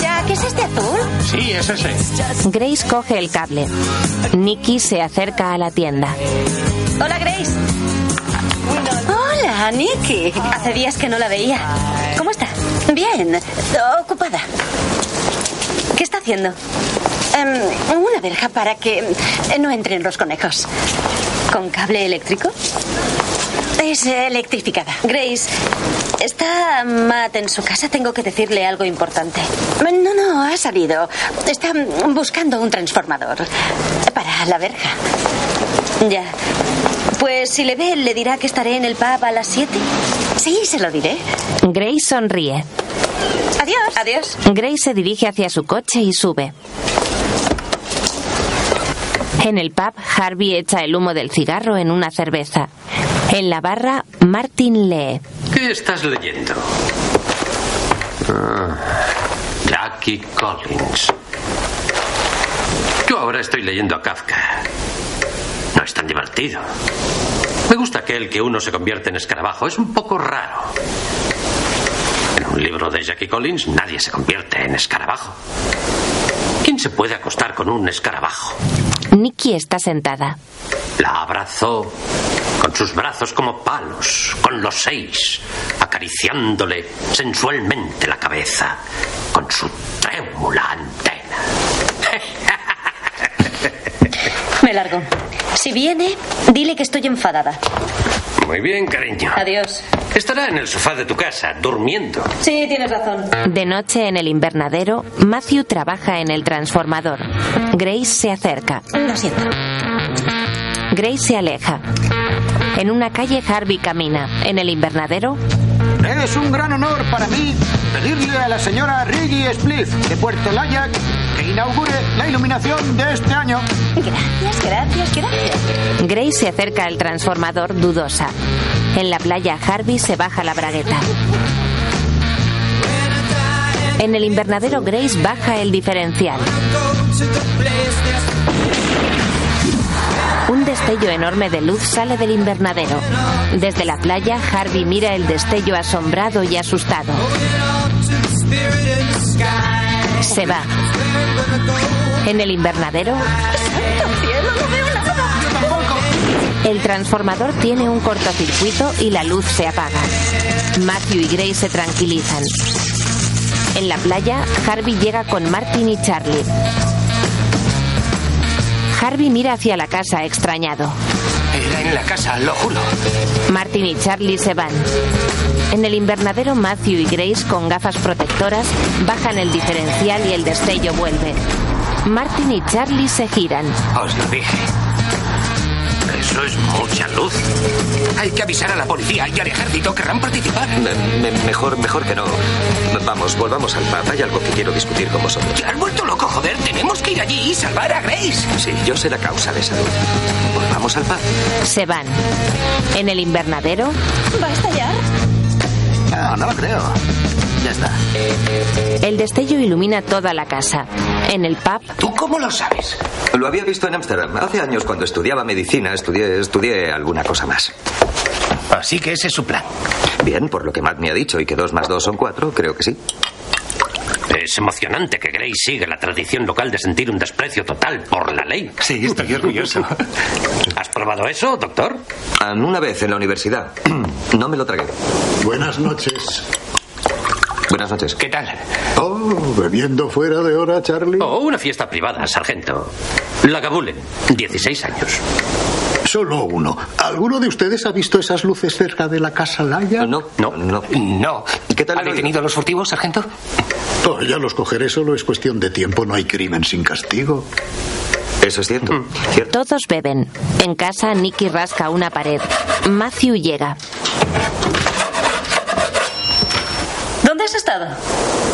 Speaker 6: ¿Ya qué es este azul?
Speaker 16: Sí, es ese.
Speaker 1: Grace coge el cable. Nicky se acerca a la tienda.
Speaker 17: Hola, Grace.
Speaker 6: Hola, Nicky.
Speaker 17: Hace días que no la veía. ¿Cómo está?
Speaker 6: Bien, ocupada.
Speaker 17: ¿Qué está haciendo? Em,
Speaker 6: Um, una verja para que
Speaker 17: eh,
Speaker 6: no entren los conejos.
Speaker 17: ¿Con cable eléctrico?
Speaker 6: Es electrificada.
Speaker 17: Grace, ¿está Matt en su casa? Tengo que decirle algo importante.
Speaker 6: No, no, ha salido. Está buscando un transformador para la verja.
Speaker 17: Ya. Pues si le ve, le dirá que estaré en el pub a las 7.
Speaker 6: Sí, se lo diré.
Speaker 1: Grace sonríe.
Speaker 6: Adiós.
Speaker 17: Adiós.
Speaker 1: Grace se dirige hacia su coche y sube. En el pub, Harvey echa el humo del cigarro en una cerveza. En la barra, Martin lee.
Speaker 12: ¿Qué estás leyendo? Ah, Jackie Collins. Yo ahora estoy leyendo a Kafka. No es tan divertido. Me gusta aquel que uno se convierte en escarabajo. Es un poco raro. En un libro de Jackie Collins nadie se convierte en escarabajo. ¿Quién se puede acostar con un escarabajo?
Speaker 1: Nikki está sentada.
Speaker 12: La abrazó con sus brazos como palos, con los seis, acariciándole sensualmente la cabeza, con su trémula antena.
Speaker 17: Me largo. Si viene, dile que estoy enfadada.
Speaker 12: Muy bien, cariño.
Speaker 17: Adiós.
Speaker 12: Estará en el sofá de tu casa, durmiendo.
Speaker 17: Sí, tienes razón.
Speaker 1: De noche en el invernadero, Matthew trabaja en el transformador. Grace se acerca.
Speaker 6: Lo siento.
Speaker 1: Grace se aleja. En una calle, Harvey camina. En el invernadero.
Speaker 5: Es un gran honor para mí pedirle a la señora Riggy Spliff de Puerto Layak que inaugure la iluminación de este año.
Speaker 6: Gracias, gracias, gracias.
Speaker 1: Grace se acerca al transformador dudosa. En la playa, Harvey se baja la bragueta. En el invernadero, Grace baja el diferencial. Un destello enorme de luz sale del invernadero. Desde la playa, Harvey mira el destello asombrado y asustado. Se va. En el invernadero.
Speaker 6: ¡Santo cielo! ¡No veo nada!
Speaker 1: El transformador tiene un cortocircuito y la luz se apaga. Matthew y Grace se tranquilizan. En la playa, Harvey llega con Martin y Charlie. Harvey mira hacia la casa extrañado.
Speaker 12: Era en la casa, lo juro.
Speaker 1: Martin y Charlie se van. En el invernadero, Matthew y Grace, con gafas protectoras, bajan el diferencial y el destello vuelve. Martin y Charlie se giran.
Speaker 12: Os lo dije.
Speaker 18: Eso es mucha luz.
Speaker 19: Hay que avisar a la policía y al ejército. Querrán participar.
Speaker 8: mejor, mejor que no. Vamos, volvamos al pub. Hay algo que quiero discutir con vosotros.
Speaker 19: ¡Te has vuelto loco, joder! Tenemos que ir allí y salvar a Grace.
Speaker 8: Sí, yo sé la causa de esa luz. Volvamos al pub.
Speaker 1: Se van. En el invernadero,
Speaker 20: ¿Va a estallar?
Speaker 5: No, no lo creo. Ya está.
Speaker 1: el destello ilumina toda la casa. En el pub,
Speaker 19: ¿Tú cómo lo sabes?
Speaker 8: Lo había visto en Ámsterdam. Hace años, cuando estudiaba medicina, estudié, estudié alguna cosa más.
Speaker 18: Así que ese es su plan.
Speaker 8: Bien, por lo que Matt me ha dicho y que dos más dos son cuatro, creo que sí.
Speaker 12: Es emocionante que Grace siga la tradición local de sentir un desprecio total por la ley.
Speaker 21: Sí, estoy orgulloso.
Speaker 12: ¿Has probado eso, doctor?
Speaker 8: Ah, Una vez en la universidad. No me lo tragué.
Speaker 11: Buenas noches.
Speaker 8: Buenas noches.
Speaker 12: ¿Qué tal?
Speaker 11: Oh, bebiendo fuera de hora, Charlie.
Speaker 12: Oh, una fiesta privada, sargento. Lagabulen, 16 años.
Speaker 11: Solo uno. ¿Alguno de ustedes ha visto esas luces cerca de la casa Laya?
Speaker 8: No, no, no.
Speaker 18: No.
Speaker 8: ¿Qué tal?
Speaker 18: ¿Ha detenido a los furtivos, sargento?
Speaker 11: Oh, ya los cogeré, solo es cuestión de tiempo. No hay crimen sin castigo. Mm.
Speaker 8: Eso es cierto. ¿Cierto?
Speaker 1: todos beben. En casa, Nicky rasca una pared. Matthew llega.
Speaker 6: ¿Dónde has estado?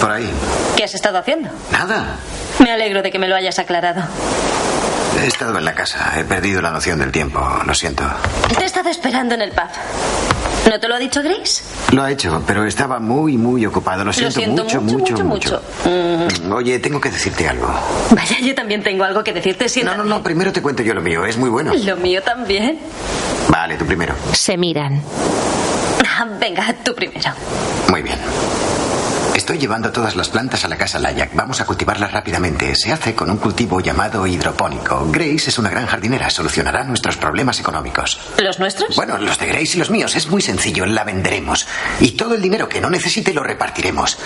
Speaker 5: Por ahí.
Speaker 6: ¿Qué has estado haciendo?
Speaker 5: Nada.
Speaker 6: Me alegro de que me lo hayas aclarado.
Speaker 5: He estado en la casa. He perdido la noción del tiempo. Lo siento.
Speaker 6: Te he estado esperando en el pub. ¿No te lo ha dicho Grace?
Speaker 5: Lo ha hecho, pero estaba muy, muy ocupado. Lo siento, mucho, mucho, mucho, Mm. Oye, tengo que decirte algo.
Speaker 6: Vaya, yo también tengo algo que decirte.
Speaker 5: No,
Speaker 6: Siéntate.
Speaker 5: no, no. Primero te cuento yo lo mío. Es muy bueno.
Speaker 6: Lo mío también.
Speaker 5: Vale, tú primero.
Speaker 1: Se miran.
Speaker 6: Ah, Venga, tú primero.
Speaker 5: Muy bien. Estoy llevando todas las plantas a la casa Layak. Vamos a cultivarlas rápidamente. Se hace con un cultivo llamado hidropónico. Grace es una gran jardinera. Solucionará nuestros problemas económicos.
Speaker 6: ¿Los nuestros?
Speaker 5: Bueno, los de Grace y los míos. Es muy sencillo. La venderemos. Y todo el dinero que no necesite lo repartiremos.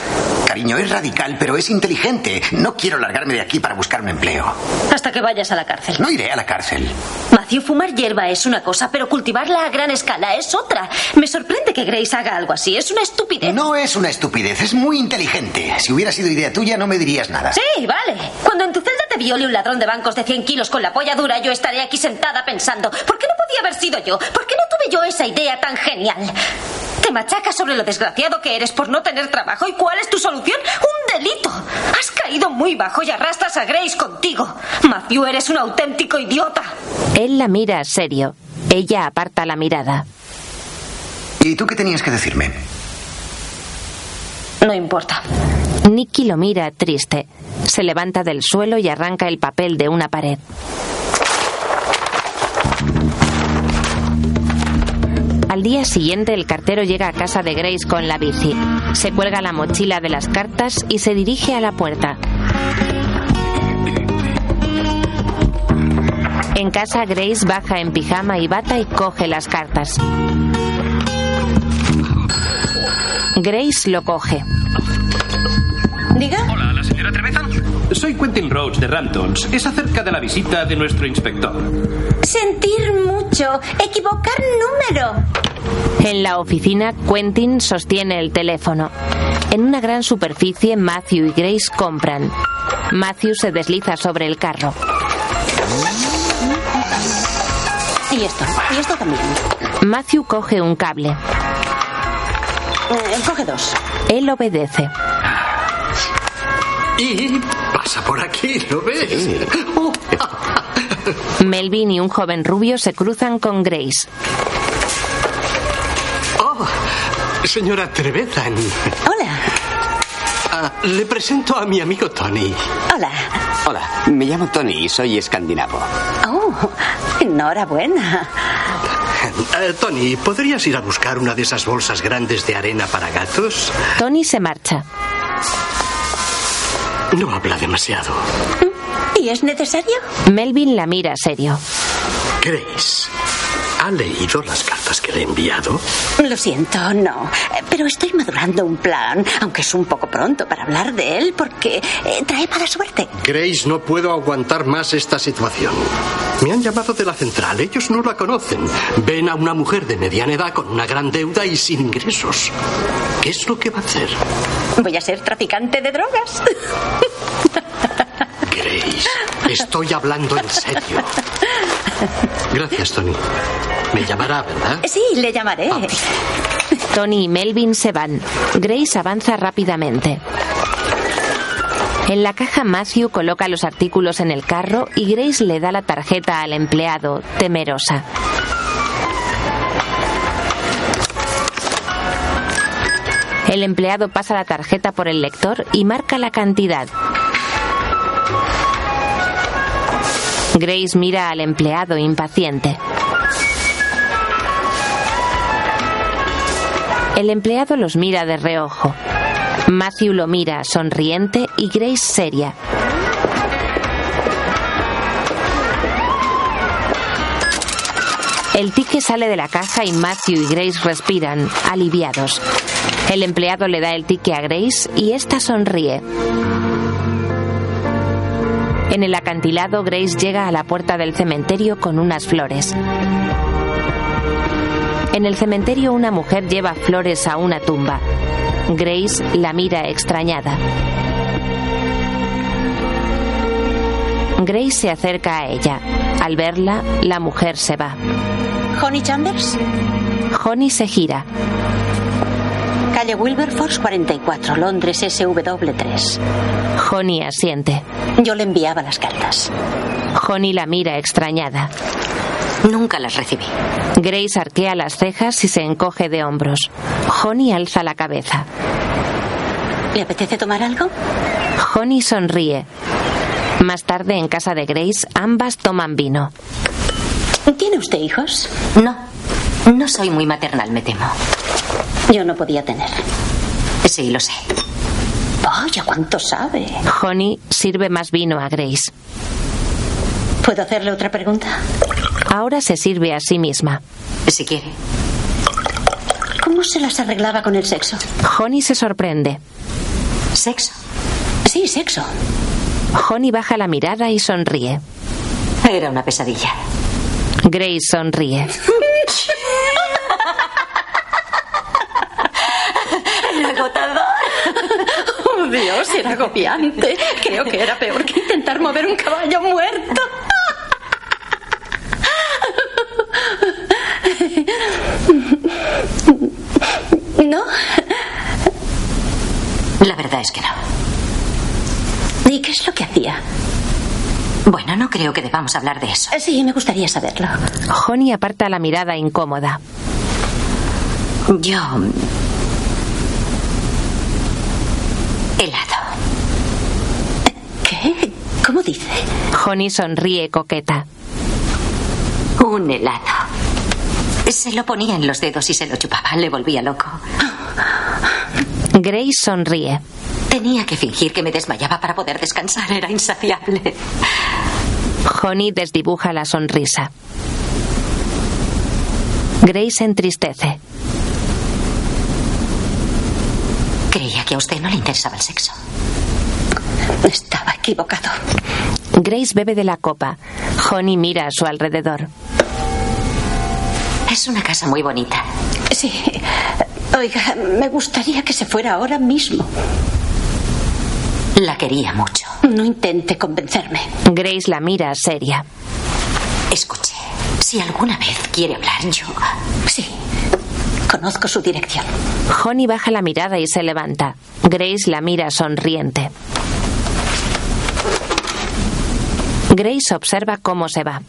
Speaker 5: Cariño, es radical, pero es inteligente. No quiero largarme de aquí para buscar un empleo.
Speaker 6: Hasta que vayas a la cárcel.
Speaker 5: No iré a la cárcel.
Speaker 6: Matthew, fumar hierba es una cosa, pero cultivarla a gran escala es otra. Me sorprende que Grace haga algo así. Es una estupidez.
Speaker 5: No es una estupidez. Es muy inteligente. Si hubiera sido idea tuya, no me dirías nada.
Speaker 6: Sí, vale. Cuando en tu celda te viole un ladrón de bancos de 100 kilos con la polla dura, yo estaré aquí sentada pensando, ¿por qué no podía haber sido yo? ¿Por qué no tuve yo esa idea tan genial? Te machacas sobre lo desgraciado que eres por no tener trabajo y cuál es tu solución? Un delito. Has caído muy bajo y arrastras a Grace contigo. Matthew, eres un auténtico idiota.
Speaker 1: Él la mira serio. Ella aparta la mirada.
Speaker 5: ¿Y tú qué tenías que decirme?
Speaker 6: No importa.
Speaker 1: Nicky lo mira triste. Se levanta del suelo y arranca el papel de una pared. Al día siguiente el cartero llega a casa de Grace con la bici. Se cuelga la mochila de las cartas y se dirige a la puerta. En casa Grace baja en pijama y bata y coge las cartas. Grace lo coge.
Speaker 6: ¿Diga?
Speaker 10: Hola, la señora Trevezan. Soy Quentin Rhodes de Rantons. Es acerca de la visita de nuestro inspector.
Speaker 20: Sentir mucho. Equivocar número.
Speaker 1: En la oficina, Quentin sostiene el teléfono. En una gran superficie, Matthew y Grace compran. Matthew se desliza sobre el carro.
Speaker 22: Y esto, y esto también.
Speaker 1: Matthew coge un cable.
Speaker 22: Eh, coge dos.
Speaker 1: Él obedece.
Speaker 19: Y pasa por aquí, ¿lo ves? Oh,
Speaker 1: Melvin y un joven rubio se cruzan con Grace.
Speaker 10: Oh, señora Trevezan.
Speaker 22: Hola,
Speaker 10: Ah, le presento a mi amigo Tony.
Speaker 22: hola.
Speaker 23: Hola, me llamo Tony y soy escandinavo.
Speaker 22: Oh, enhorabuena.
Speaker 10: Eh, Tony, ¿podrías ir a buscar una de esas bolsas grandes de arena para gatos?
Speaker 1: Tony se marcha.
Speaker 10: No habla demasiado.
Speaker 22: ¿Y es necesario?
Speaker 1: Melvin la mira serio.
Speaker 10: Grace, ¿ha leído las cartas que le he enviado?
Speaker 22: Lo siento, no. Eh, Pero estoy madurando un plan, aunque es un poco pronto para hablar de él porque eh, trae mala suerte.
Speaker 10: Grace, no puedo aguantar más esta situación. Me han llamado de la central, ellos no la conocen. Ven a una mujer de mediana edad con una gran deuda y sin ingresos. ¿Qué es lo que va a hacer?
Speaker 22: Voy a ser traficante de drogas.
Speaker 10: Grace.
Speaker 24: Grace, estoy hablando en serio. Gracias, Tony. Me llamará, ¿verdad?
Speaker 25: Sí, le llamaré.
Speaker 1: Tony y Melvin se van. Grace avanza rápidamente. En la caja Matthew coloca los artículos en el carro y Grace le da la tarjeta al empleado, temerosa. El empleado pasa la tarjeta por el lector y marca la cantidad. Grace mira al empleado impaciente. El empleado los mira de reojo. Matthew lo mira sonriente y Grace seria. El tique sale de la caja y Matthew y Grace respiran, aliviados. El empleado le da el tique a Grace y esta sonríe. En el acantilado, Grace llega a la puerta del cementerio con unas flores. En el cementerio, una mujer lleva flores a una tumba. Grace la mira extrañada. Grace se acerca a ella. Al verla, la mujer se va.
Speaker 25: ¿Honey Chambers?
Speaker 1: Honey se gira.
Speaker 6: Calle Wilberforce 44, Londres SW3.
Speaker 1: Honey asiente.
Speaker 6: Yo le enviaba las cartas.
Speaker 1: Honey la mira extrañada.
Speaker 6: Nunca las recibí.
Speaker 1: Grace arquea las cejas y se encoge de hombros. Honey alza la cabeza.
Speaker 6: ¿Le apetece tomar algo?
Speaker 1: Honey sonríe. Más tarde, en casa de Grace, ambas toman vino.
Speaker 6: ¿Tiene usted hijos?
Speaker 26: No. No soy muy maternal, me temo.
Speaker 6: Yo no podía tener.
Speaker 26: Sí, lo sé.
Speaker 6: Vaya, cuánto sabe.
Speaker 1: Honey sirve más vino a Grace.
Speaker 6: ¿Puedo hacerle otra pregunta?
Speaker 1: Ahora se sirve a sí misma.
Speaker 26: Si quiere.
Speaker 6: ¿Cómo se las arreglaba con el sexo?
Speaker 1: Honey se sorprende.
Speaker 26: ¿Sexo?
Speaker 6: Sí, sexo.
Speaker 1: Honey baja la mirada y sonríe.
Speaker 26: Era una pesadilla.
Speaker 1: Grace sonríe.
Speaker 6: Era agotador. Oh, Dios, era agobiante. Creo que era peor que intentar mover un caballo muerto. ¿No?
Speaker 26: La verdad es que no.
Speaker 6: ¿Y qué es lo que hacía?
Speaker 26: Bueno, no creo que debamos hablar de eso.
Speaker 6: Sí, me gustaría saberlo.
Speaker 1: Honey aparta la mirada incómoda.
Speaker 26: Yo...
Speaker 6: mm,
Speaker 26: Helado.
Speaker 6: ¿Qué? ¿Cómo dice?
Speaker 1: Honey sonríe coqueta.
Speaker 26: Un helado. Se lo ponía en los dedos y se lo chupaba. Le volvía loco.
Speaker 1: Grace sonríe.
Speaker 26: Tenía que fingir que me desmayaba para poder descansar. Era insaciable.
Speaker 1: Honey desdibuja la sonrisa. Grace entristece.
Speaker 26: Creía que a usted no le interesaba el sexo.
Speaker 6: Estaba equivocado.
Speaker 1: Grace bebe de la copa. Honey mira a su alrededor.
Speaker 26: Es una casa muy bonita.
Speaker 6: Sí. Oiga, me gustaría que se fuera ahora mismo.
Speaker 26: La quería mucho.
Speaker 6: No intente convencerme.
Speaker 1: Grace la mira seria.
Speaker 26: Escuche, si alguna vez quiere hablar yo.
Speaker 6: Sí. Conozco su dirección.
Speaker 1: Honey baja la mirada y se levanta. Grace la mira sonriente. Grace observa cómo se va.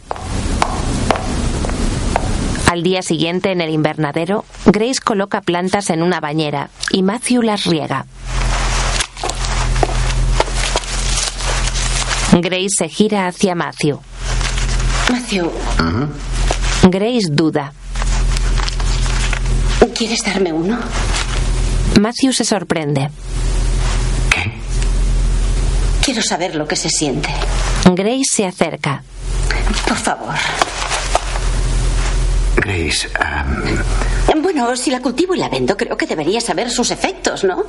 Speaker 1: Al día siguiente, en el invernadero, Grace coloca plantas en una bañera y Matthew las riega. Grace se gira hacia Matthew.
Speaker 6: Matthew,
Speaker 1: Grace duda.
Speaker 6: ¿quieres darme uno?
Speaker 1: Matthew se sorprende.
Speaker 6: Quiero saber lo que se siente.
Speaker 1: Grace se acerca.
Speaker 6: Por favor.
Speaker 5: Grace, am,
Speaker 6: Bueno, si la cultivo y la vendo, creo que debería saber sus efectos, ¿no?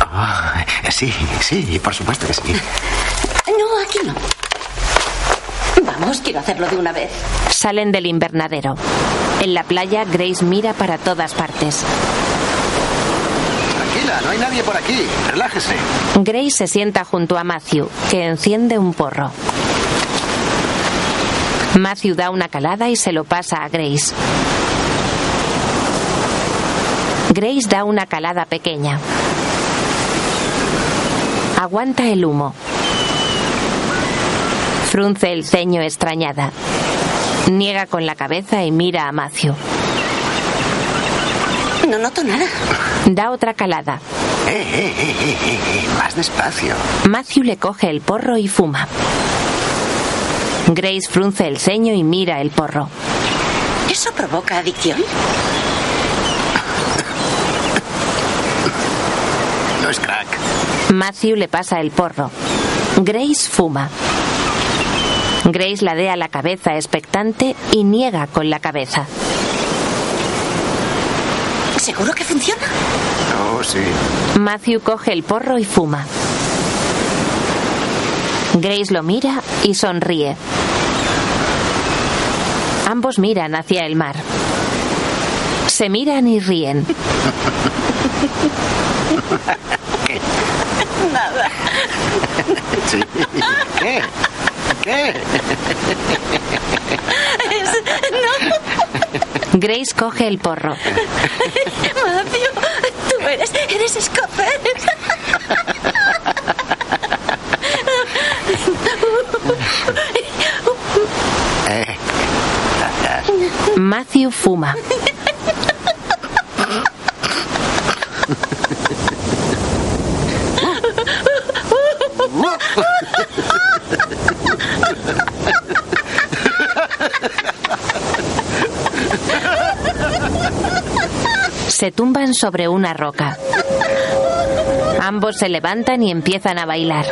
Speaker 5: ah, sí, sí, por supuesto que sí.
Speaker 6: No, aquí no. Vamos, quiero hacerlo de una vez.
Speaker 1: Salen del invernadero. En la playa, Grace mira para todas partes.
Speaker 2: Aquí
Speaker 27: Tranquila, no hay nadie por aquí. Relájese.
Speaker 1: Grace se sienta junto a Matthew, que enciende un porro. Matthew da una calada y se lo pasa a Grace. Grace da una calada pequeña. Aguanta el humo. Frunce el ceño extrañada. Niega con la cabeza y mira a Matthew.
Speaker 6: No noto nada.
Speaker 1: Da otra calada.
Speaker 5: Eh, eh, eh, eh, eh, eh, más despacio.
Speaker 1: Matthew le coge el porro y fuma. Grace frunce el ceño y mira el porro.
Speaker 6: ¿Eso provoca adicción?
Speaker 5: No es crack.
Speaker 1: Matthew le pasa el porro. Grace fuma. Grace ladea la cabeza expectante y niega con la cabeza.
Speaker 6: ¿Seguro que funciona?
Speaker 5: Oh, sí.
Speaker 1: Matthew coge el porro y fuma. Grace lo mira y sonríe. Ambos miran hacia el mar. Se miran y ríen.
Speaker 6: Nada.
Speaker 5: Sí. ¿Qué? ¿Qué?
Speaker 6: Es-
Speaker 1: Grace coge el porro.
Speaker 6: no. Matthew, tú eres. Eres escofer.
Speaker 5: Eh,
Speaker 1: Matthew fuma. Se tumban sobre una roca. Ambos se levantan y empiezan a bailar.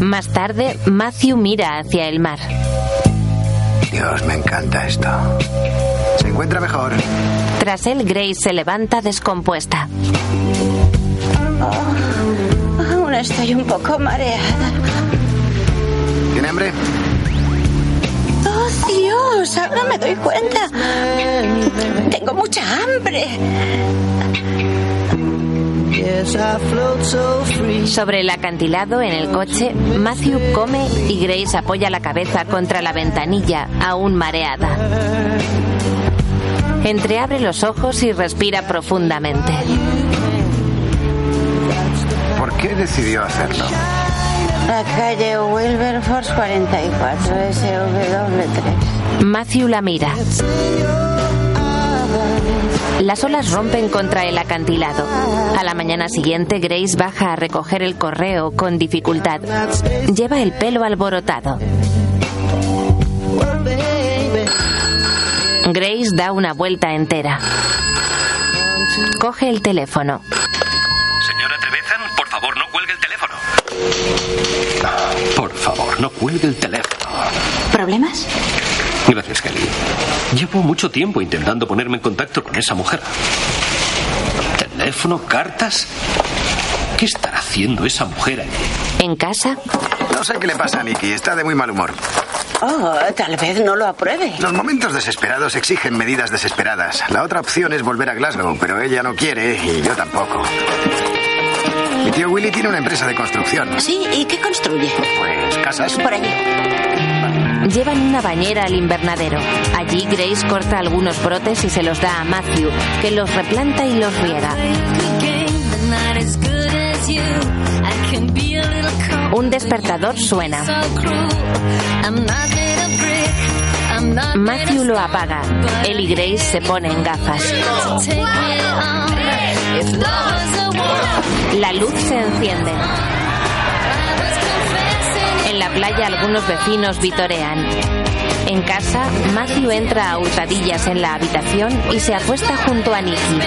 Speaker 1: Más tarde, Matthew mira hacia el mar.
Speaker 5: Dios, me encanta esto. Se encuentra mejor.
Speaker 1: Tras él, Grace se levanta descompuesta.
Speaker 6: Aún estoy un poco mareada.
Speaker 5: ¿Tiene hambre?
Speaker 6: ¡Oh, Dios! Ahora me doy cuenta. Tengo mucha hambre.
Speaker 1: Sobre el acantilado, en el coche, Matthew come y Grace apoya la cabeza contra la ventanilla, aún mareada. Entreabre los ojos y respira profundamente.
Speaker 5: ¿Por qué decidió hacerlo?
Speaker 3: La calle Wilberforce 44 SW3.
Speaker 1: Matthew la mira. Las olas rompen contra el acantilado. A la mañana siguiente, Grace baja a recoger el correo con dificultad. Lleva el pelo alborotado. Grace da una vuelta entera. Coge el teléfono.
Speaker 18: Señora Trevezan, por favor, no cuelgue el teléfono. Por favor, no cuelgue el teléfono.
Speaker 6: ¿Problemas?
Speaker 18: Gracias, Kelly. Llevo mucho tiempo intentando ponerme en contacto con esa mujer. ¿Teléfono? ¿Cartas? ¿Qué estará haciendo esa mujer allí?
Speaker 1: ¿En casa?
Speaker 5: No sé qué le pasa a Nicky. Está de muy mal humor.
Speaker 3: Oh, tal vez no lo apruebe.
Speaker 5: Los momentos desesperados exigen medidas desesperadas. La otra opción es volver a Glasgow, pero ella no quiere y yo tampoco. Mi tío Willy tiene una empresa de construcción.
Speaker 6: Sí, ¿y qué construye?
Speaker 5: Pues casas.
Speaker 6: Por allí.
Speaker 1: Llevan una bañera al invernadero. Allí Grace corta algunos brotes y se los da a Matthew, que los replanta y los riega. Un despertador suena. Matthew lo apaga. Él y Grace se ponen gafas. La luz se enciende. En la playa algunos vecinos vitorean. En casa, Matthew entra a hurtadillas en la habitación y se acuesta junto a Nicky.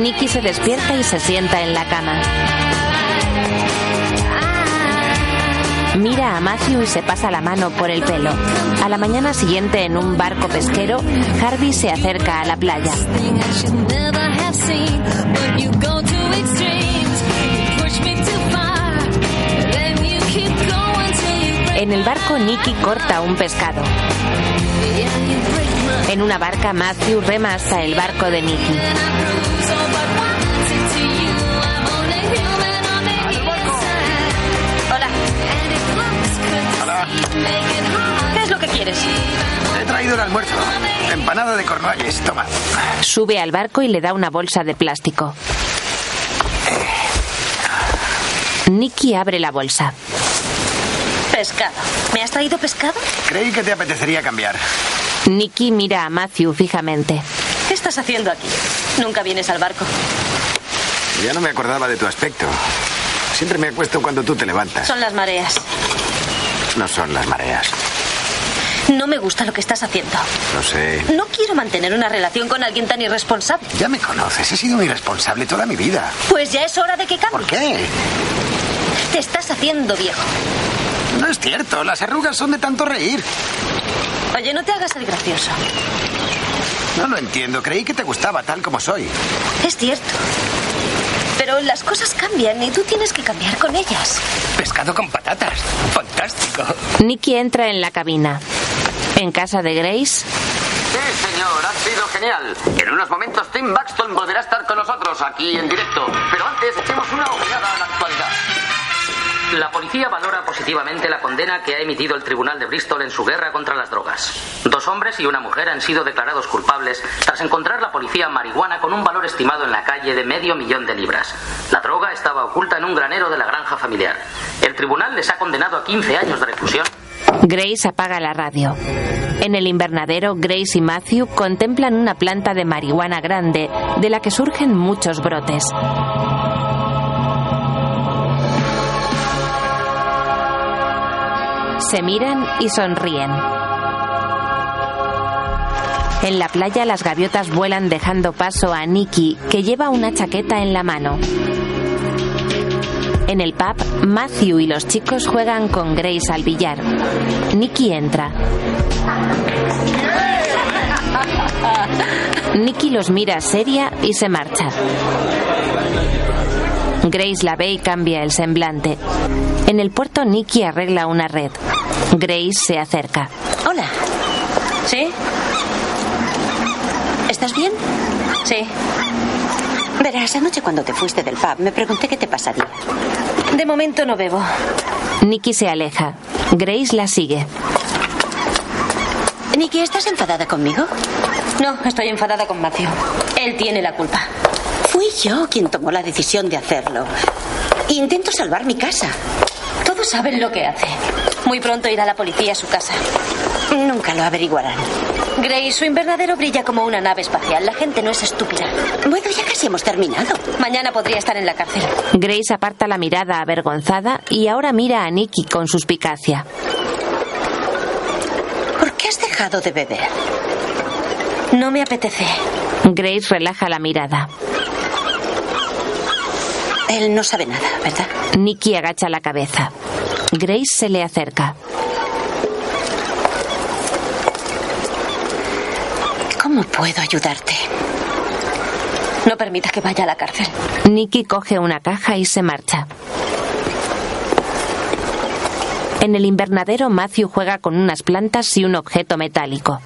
Speaker 1: Nicky se despierta y se sienta en la cama. Mira a Matthew y se pasa la mano por el pelo. A la mañana siguiente, en un barco pesquero, Harvey se acerca a la playa. En el barco, Nicky corta un pescado. En una barca, Matthew rema hasta el barco de Nicky.
Speaker 12: Hola. ¿Qué es lo que quieres?
Speaker 5: Te he traído el almuerzo. Empanada de cornualles, toma.
Speaker 1: Sube al barco y le da una bolsa de plástico. Nicky abre la bolsa.
Speaker 12: Pescado. ¿Me has traído pescado?
Speaker 5: Creí que te apetecería cambiar.
Speaker 1: Nicky mira a Matthew fijamente.
Speaker 12: ¿Qué estás haciendo aquí? Nunca vienes al barco.
Speaker 5: Ya no me acordaba de tu aspecto. Siempre me acuesto cuando tú te levantas.
Speaker 12: Son las mareas.
Speaker 5: No son las mareas.
Speaker 12: No me gusta lo que estás haciendo.
Speaker 5: Lo sé.
Speaker 12: No quiero mantener una relación con alguien tan irresponsable.
Speaker 5: Ya me conoces. He sido un irresponsable toda mi vida.
Speaker 12: Pues ya es hora de que cambies.
Speaker 5: ¿Por qué?
Speaker 12: Te estás haciendo viejo.
Speaker 5: No es cierto. Las arrugas son de tanto reír.
Speaker 12: Oye, no te hagas el gracioso.
Speaker 5: No lo entiendo. Creí que te gustaba tal como soy.
Speaker 12: Es cierto. Pero las cosas cambian y tú tienes que cambiar con ellas.
Speaker 28: Pescado con patatas. Fantástico.
Speaker 1: Nicky entra en la cabina. En casa de Grace,
Speaker 7: Sí, señor, ha sido genial. En unos momentos Tim Baxton volverá a estar con nosotros aquí en directo. Pero antes echemos una ojeada a la actualidad. La policía valora positivamente la condena que ha emitido el Tribunal de Bristol en su guerra contra las drogas. Dos hombres y una mujer han sido declarados culpables tras encontrar la policía marihuana con un valor estimado en la calle de medio millón de libras. La droga estaba oculta en un granero de la granja familiar. El tribunal les ha condenado a 15 años de reclusión
Speaker 1: Grace apaga la radio. En el invernadero, Grace y Matthew contemplan una planta de marihuana grande de la que surgen muchos brotes. Se miran y sonríen. En la playa las gaviotas vuelan dejando paso a Nicky, que lleva una chaqueta en la mano. En el pub, Matthew y los chicos juegan con Grace al billar. Nicky entra. Nicky los mira seria y se marcha. Grace la ve y cambia el semblante. En el puerto, Nicky arregla una red. Grace se acerca.
Speaker 12: Hola. ¿Sí?
Speaker 6: ¿Estás bien?
Speaker 12: Sí.
Speaker 6: Verás, anoche cuando te fuiste del pub me pregunté qué te pasaría.
Speaker 12: De momento no bebo.
Speaker 1: Nicky se aleja. Grace la sigue.
Speaker 6: Nicky, ¿estás enfadada conmigo?
Speaker 12: No, estoy enfadada con Matthew. Él tiene la culpa.
Speaker 6: Fui yo quien tomó la decisión de hacerlo. Intento salvar mi casa.
Speaker 12: Todos saben lo que hace. Muy pronto irá la policía a su casa.
Speaker 6: Nunca lo averiguarán.
Speaker 12: Grace, su invernadero brilla como una nave espacial. La gente no es estúpida.
Speaker 6: Bueno, ya casi hemos terminado.
Speaker 12: Mañana podría estar en la cárcel.
Speaker 1: Grace aparta la mirada avergonzada y ahora mira a Nicky con suspicacia.
Speaker 6: ¿Por qué has dejado de beber?
Speaker 12: No me apetece.
Speaker 1: Grace relaja la mirada.
Speaker 6: Él no sabe nada, ¿verdad?
Speaker 1: Nicky agacha la cabeza. Grace se le acerca.
Speaker 6: ¿Cómo puedo ayudarte?
Speaker 12: No permita que vaya a la cárcel.
Speaker 1: Nicky coge una caja y se marcha. En el invernadero, Matthew juega con unas plantas y un objeto metálico.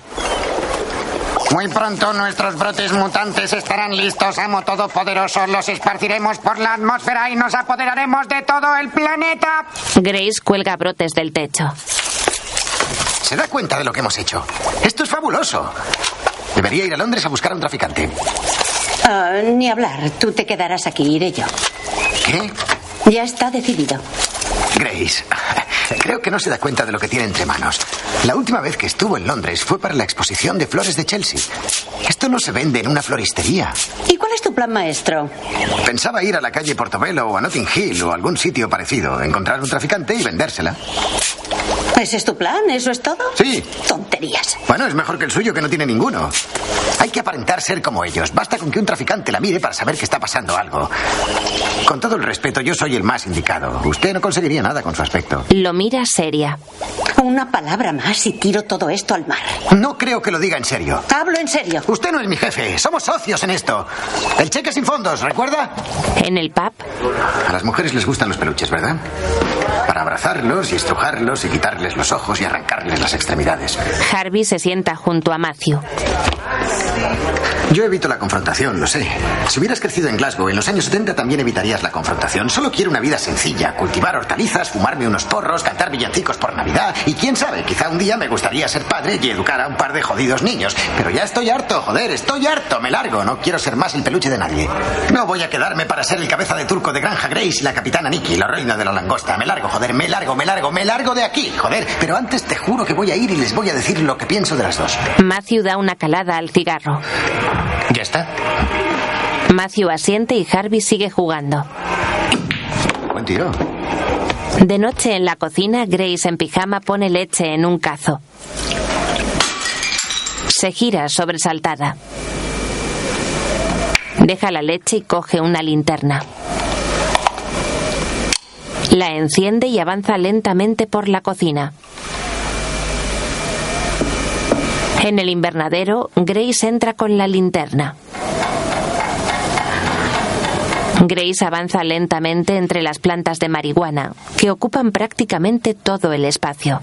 Speaker 2: Muy pronto nuestros brotes mutantes estarán listos, amo todopoderoso. Los esparciremos por la atmósfera y nos apoderaremos de todo el planeta.
Speaker 1: Grace cuelga brotes del techo.
Speaker 5: ¿Se da cuenta de lo que hemos hecho? Esto es fabuloso. Debería ir a Londres a buscar a un traficante.
Speaker 6: Ah, ni hablar, tú te quedarás aquí, iré yo.
Speaker 5: ¿Qué?
Speaker 6: Ya está decidido.
Speaker 5: Grace, creo que no se da cuenta de lo que tiene entre manos. La última vez que estuvo en Londres fue para la exposición de flores de Chelsea. Esto no se vende en una floristería.
Speaker 6: ¿Y cuál es tu plan maestro?
Speaker 5: Pensaba ir a la calle Portobelo o a Notting Hill o a algún sitio parecido, encontrar un traficante y vendérsela.
Speaker 3: ¿Ese es tu plan? ¿Eso es todo?
Speaker 5: Sí.
Speaker 3: Tonterías.
Speaker 5: Bueno, es mejor que el suyo, que no tiene ninguno. Hay que aparentar ser como ellos. Basta con que un traficante la mire para saber que está pasando algo. Con todo el respeto, yo soy el más indicado. Usted no conseguiría nada con su aspecto.
Speaker 1: Lo mira seria.
Speaker 3: Una palabra más y tiro todo esto al mar.
Speaker 5: No creo que lo diga en serio.
Speaker 3: Hablo en serio.
Speaker 5: Usted no es mi jefe. Somos socios en esto. El cheque sin fondos, ¿recuerda?
Speaker 1: En el pub.
Speaker 5: A las mujeres les gustan los peluches, ¿verdad? Para abrazarlos y estrujarlos y quitarles los ojos y arrancarles las extremidades.
Speaker 1: Harvey se sienta junto a Matthew.
Speaker 5: Yo evito la confrontación, lo sé. Si hubieras crecido en Glasgow en los años 70 también evitarías la confrontación. Solo quiero una vida sencilla, cultivar hortalizas, fumarme unos porros, cantar villancicos por Navidad y quién sabe, quizá un día me gustaría ser padre y educar a un par de jodidos niños. Pero ya estoy harto, joder, estoy harto, me largo, no quiero ser más el peluche de nadie. No voy a quedarme para ser el cabeza de turco de Granja Grace y la capitana Nikki, la reina de la langosta. Me largo, joder, me largo, me largo, me largo de aquí, joder. Pero antes te juro que voy a ir y les voy a decir lo que pienso de las dos.
Speaker 1: Matthew da una calada al cigarro.
Speaker 18: ¿Ya está?
Speaker 1: Matthew asiente y Harvey sigue jugando.
Speaker 5: Buen tiro.
Speaker 1: De noche en la cocina, Grace en pijama pone leche en un cazo. Se gira sobresaltada. Deja la leche y coge una linterna. La enciende y avanza lentamente por la cocina. En el invernadero, Grace entra con la linterna. Grace avanza lentamente entre las plantas de marihuana, que ocupan prácticamente todo el espacio.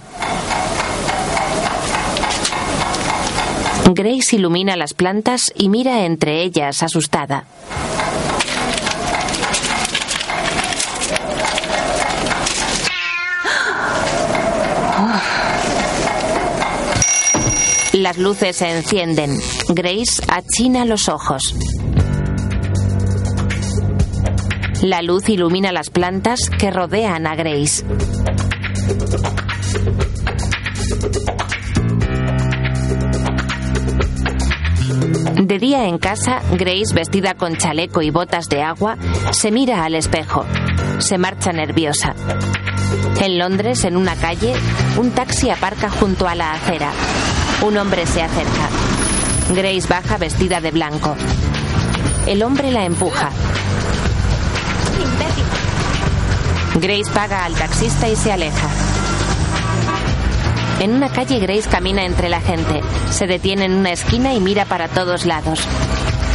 Speaker 1: Grace ilumina las plantas y mira entre ellas asustada. Las luces se encienden. Grace achina los ojos. La luz ilumina las plantas que rodean a Grace. De día en casa, Grace, vestida con chaleco y botas de agua, se mira al espejo. Se marcha nerviosa. En Londres, en una calle, un taxi aparca junto a la acera. Un hombre se acerca. Grace baja vestida de blanco. El hombre la empuja. Grace paga al taxista y se aleja. En una calle Grace camina entre la gente. Se detiene en una esquina y mira para todos lados.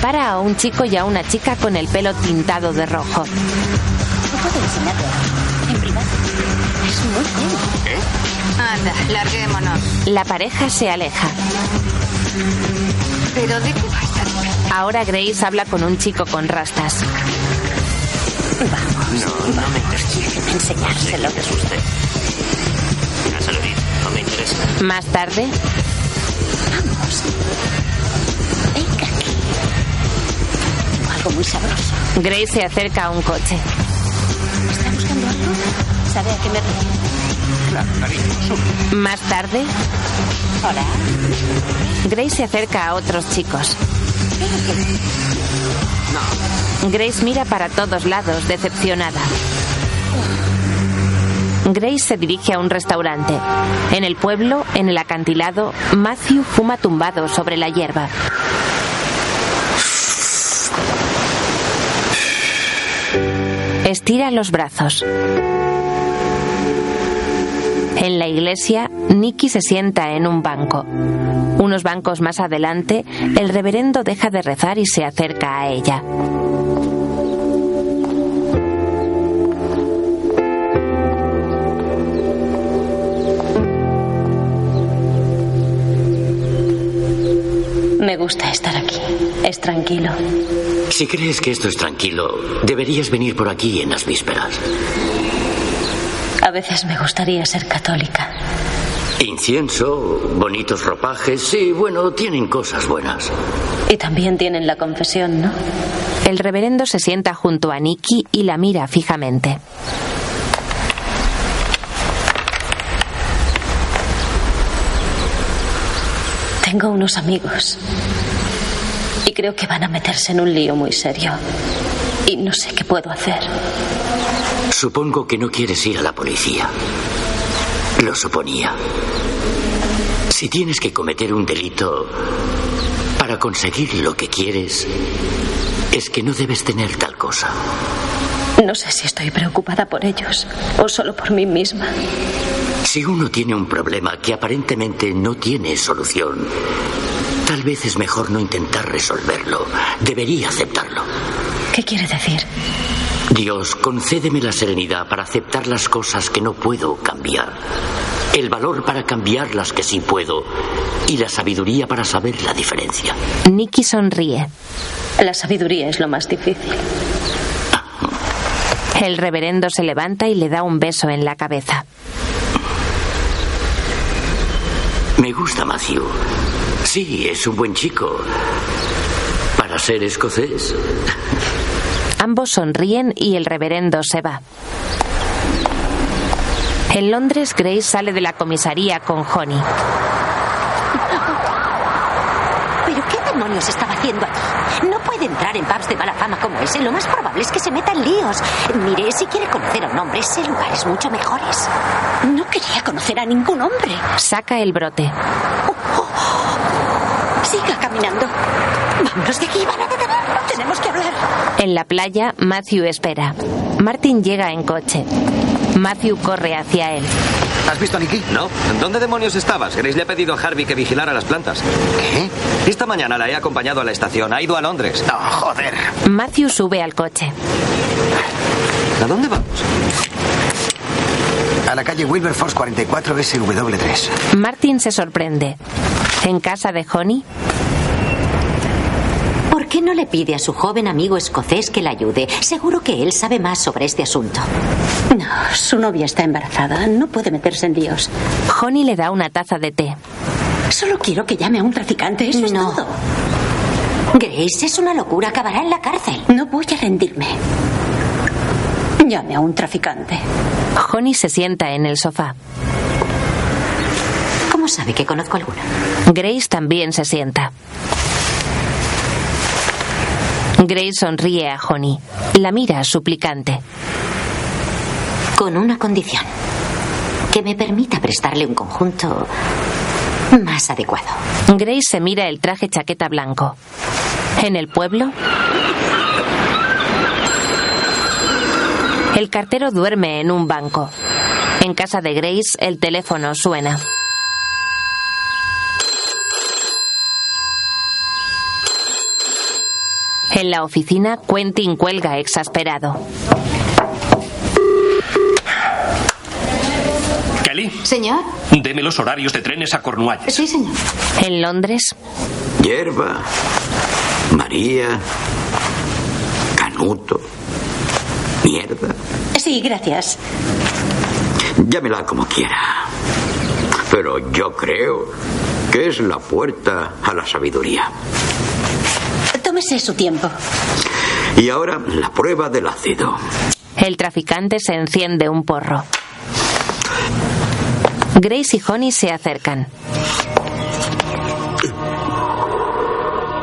Speaker 1: Para a un chico y a una chica con el pelo tintado de rojo.
Speaker 9: puedo enseñarte En privado. Es muy cómodo. Anda, larguémonos.
Speaker 1: La pareja se aleja.
Speaker 9: ¿Pero de qué vas a
Speaker 1: Ahora Grace habla con un chico con rastas.
Speaker 9: Vamos.
Speaker 29: No, no me interesa.
Speaker 9: Enseñárselo.
Speaker 29: Es usted. Ya se lo dije, no me interesa.
Speaker 1: Más tarde,
Speaker 9: Vamos. Venga aquí. Tengo algo muy sabroso.
Speaker 1: Grace se acerca a un coche.
Speaker 9: ¿Está buscando algo? ¿Sabe a qué me refiero? Claro, cariño,
Speaker 1: Más tarde,
Speaker 9: Hola.
Speaker 1: Grace se acerca a otros chicos. Grace mira para todos lados, decepcionada. Grace se dirige a un restaurante. En el pueblo, en el acantilado, Matthew fuma tumbado sobre la hierba. Estira los brazos. En la iglesia, Nicky se sienta en un banco. Unos bancos más adelante, el reverendo deja de rezar y se acerca a ella.
Speaker 9: Me gusta estar aquí. Es tranquilo.
Speaker 29: Si crees que esto es tranquilo, deberías venir por aquí en las vísperas.
Speaker 9: A veces me gustaría ser católica.
Speaker 29: Incienso, bonitos ropajes, sí, bueno, tienen cosas buenas.
Speaker 9: Y también tienen la confesión, ¿no?
Speaker 1: El reverendo se sienta junto a Nicky y la mira fijamente.
Speaker 9: Tengo unos amigos. Y creo que van a meterse en un lío muy serio. Y no sé qué puedo hacer.
Speaker 29: Supongo que no quieres ir a la policía. lo suponía. Si tienes que cometer un delito para conseguir lo que quieres, es que no debes tener tal cosa.
Speaker 9: No sé si estoy preocupada por ellos o solo por mí misma.
Speaker 29: Si uno tiene un problema que aparentemente no tiene solución, tal vez es mejor no intentar resolverlo. Debería aceptarlo.
Speaker 9: ¿Qué quiere decir?
Speaker 29: Dios, concédeme la serenidad para aceptar las cosas que no puedo cambiar, el valor para cambiar las que sí puedo y la sabiduría para saber la diferencia.
Speaker 1: Nicky sonríe.
Speaker 9: La sabiduría es lo más difícil.
Speaker 1: El reverendo se levanta y le da un beso en la cabeza.
Speaker 29: Me gusta Matthew. Sí, es un buen chico. Para ser escocés.
Speaker 1: Ambos sonríen y el reverendo se va. En Londres, Grace sale de la comisaría con Honey.
Speaker 6: ¿Pero qué demonios estaba haciendo aquí? No puede entrar en pubs de mala fama como ese. Lo más probable es que se metan líos. Mire, si quiere conocer a un hombre, ese lugar es mucho mejores. No quería conocer a ningún hombre.
Speaker 1: Saca el brote.
Speaker 6: Siga caminando. Vámonos de aquí, van a detenerlo. Tenemos que hablar.
Speaker 1: En la playa, Matthew espera. Martin llega en coche. Matthew corre hacia él.
Speaker 5: ¿Has visto a Nicky?
Speaker 10: No. ¿Dónde demonios estabas? Grace le ha pedido a Harvey que vigilara las plantas. ¿Qué? Esta mañana la he acompañado a la estación. Ha ido a Londres.
Speaker 5: No, joder.
Speaker 1: Matthew sube al coche.
Speaker 10: ¿A dónde vamos?
Speaker 5: A la calle Wilberforce 44 SW3.
Speaker 1: Martin se sorprende. En casa de Honey,
Speaker 26: ¿Por qué no le pide a su joven amigo escocés que la ayude? Seguro que él sabe más sobre este asunto.
Speaker 6: No, su novia está embarazada. No puede meterse en Dios.
Speaker 1: Honey le da una taza de té.
Speaker 6: Solo quiero que llame a un traficante. Eso es todo.
Speaker 26: Grace, es una locura. Acabará en la cárcel.
Speaker 6: No voy a rendirme. Llame a un traficante.
Speaker 1: Honey se sienta en el sofá.
Speaker 26: ¿Cómo sabe que conozco alguna?
Speaker 1: Grace también se sienta. Grace sonríe a Honey. La mira suplicante.
Speaker 26: Con una condición. Que me permita prestarle un conjunto más adecuado.
Speaker 1: Grace se mira el traje chaqueta blanco. En el pueblo. El cartero duerme en un banco. En casa de Grace, el teléfono suena. En la oficina, Quentin cuelga exasperado.
Speaker 18: Kelly,
Speaker 26: Señor.
Speaker 18: deme los horarios de trenes a Cornualles.
Speaker 26: Sí, señor.
Speaker 1: En Londres,
Speaker 29: Hierba, María, Canuto, mierda.
Speaker 6: Sí, gracias.
Speaker 29: Llámela como quiera. Pero yo creo que es la puerta a la sabiduría.
Speaker 6: Tómese su tiempo.
Speaker 29: Y ahora la prueba del ácido.
Speaker 1: el traficante se enciende un porro. Grace y Honey se acercan.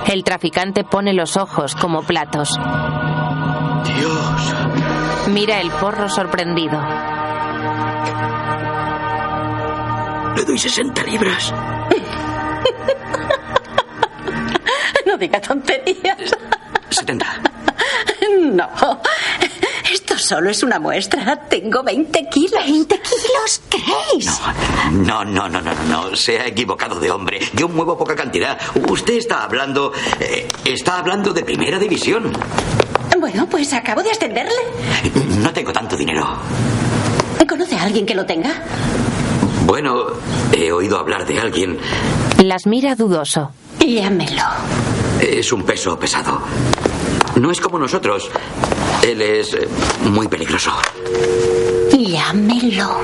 Speaker 1: El traficante pone los ojos como platos.
Speaker 30: Dios.
Speaker 1: Mira el porro sorprendido.
Speaker 30: Le doy 60 libras.
Speaker 6: No diga tonterías.
Speaker 30: 70.
Speaker 6: No. Esto solo es una muestra. Tengo 20 kilos. ¿20 kilos? ¿Creéis?
Speaker 29: No, no, no, no, no, no. Se ha equivocado de hombre. Yo muevo poca cantidad. Usted está hablando. eh, está hablando de primera división.
Speaker 6: Bueno, pues acabo de ascenderle.
Speaker 29: No tengo tanto dinero.
Speaker 6: ¿Conoce a alguien que lo tenga?
Speaker 29: Bueno, he oído hablar de alguien.
Speaker 1: Las mira dudoso.
Speaker 6: Llámelo.
Speaker 29: Es un peso pesado. No es como nosotros. Él es eh, muy peligroso.
Speaker 6: Llámelo.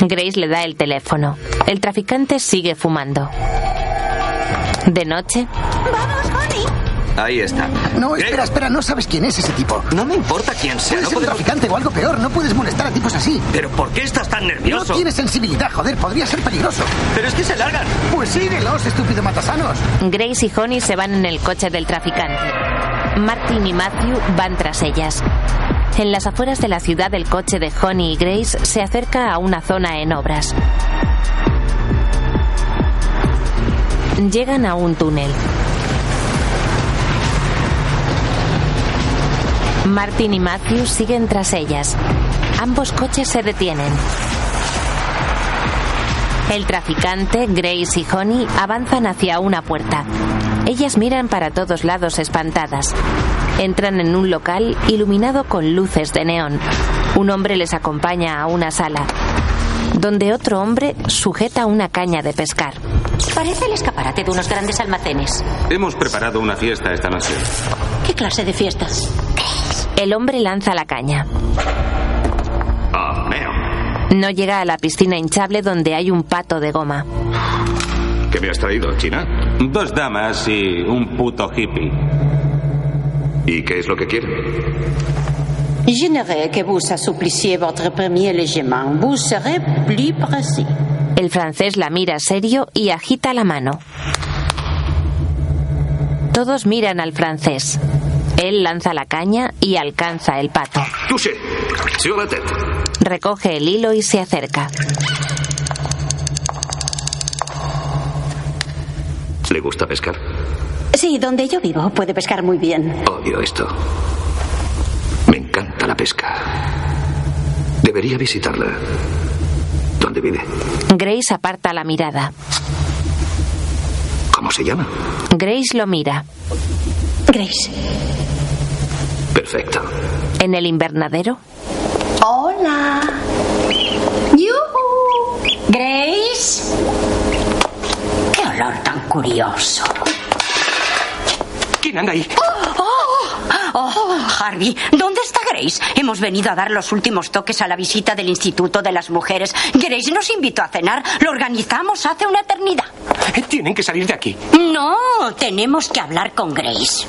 Speaker 1: Grace le da el teléfono. El traficante sigue fumando. De noche,
Speaker 10: Ahí está.
Speaker 5: No, espera, espera, no sabes quién es ese tipo.
Speaker 10: No me importa quién sea.
Speaker 5: Puede
Speaker 10: No
Speaker 5: ser un
Speaker 10: podemos-
Speaker 5: traficante o algo peor. No puedes molestar a tipos así.
Speaker 10: ¿Pero por qué estás tan
Speaker 5: No
Speaker 10: nervioso?
Speaker 5: tienes sensibilidad, joder. Podría ser peligroso.
Speaker 10: Pero es que se largan.
Speaker 5: Pues síguelos, estúpido matasanos.
Speaker 1: Grace y Honey se van en el coche del traficante. Martin y Matthew van tras ellas. En las afueras de la ciudad, el coche de Honey y Grace se acerca a una zona en obras. Llegan a un túnel. Martin y Matthew siguen tras ellas. Ambos coches se detienen. El traficante, Grace y Honey avanzan hacia una puerta. Ellas miran para todos lados espantadas. Entran en un local iluminado con luces de neón. Un hombre les acompaña a una sala, donde otro hombre sujeta una caña de pescar.
Speaker 6: Parece el escaparate de unos grandes almacenes.
Speaker 18: Hemos preparado una fiesta esta noche.
Speaker 6: ¿Qué clase de fiestas?
Speaker 1: El hombre lanza la caña.
Speaker 18: Ah, meo.
Speaker 1: No llega a la piscina hinchable donde hay un pato de goma.
Speaker 18: ¿Qué me has traído, China?
Speaker 31: Dos damas y un puto hippie.
Speaker 18: ¿Y qué es lo que quieren?
Speaker 32: J'aimerais que vous assouplissiez votre premier légèrement. Vous serez plus précis.
Speaker 1: El francés la mira serio y agita la mano. Todos miran al francés. Él lanza la caña y alcanza el pato.
Speaker 18: Touché. Sur la tête.
Speaker 1: Recoge el hilo y se acerca.
Speaker 18: ¿Le gusta pescar?
Speaker 32: Sí, donde yo vivo puede pescar muy bien.
Speaker 18: Odio esto. Me encanta la pesca. Debería visitarla. ¿Dónde vive?
Speaker 1: Grace aparta la mirada.
Speaker 18: ¿Cómo se llama?
Speaker 1: Grace lo mira.
Speaker 32: Grace.
Speaker 18: Perfecto.
Speaker 1: En el invernadero,
Speaker 32: Hola.
Speaker 6: ¡Yuhu! ¿Grace? ¡Qué olor tan curioso!
Speaker 7: ¿Quién anda ahí?
Speaker 6: Oh, Harvey, ¿dónde está Grace? Hemos venido a dar los últimos toques a la visita del Instituto de las Mujeres. Grace nos invitó a cenar. Lo organizamos hace una eternidad.
Speaker 7: Tienen que salir de aquí.
Speaker 6: No, tenemos que hablar con Grace.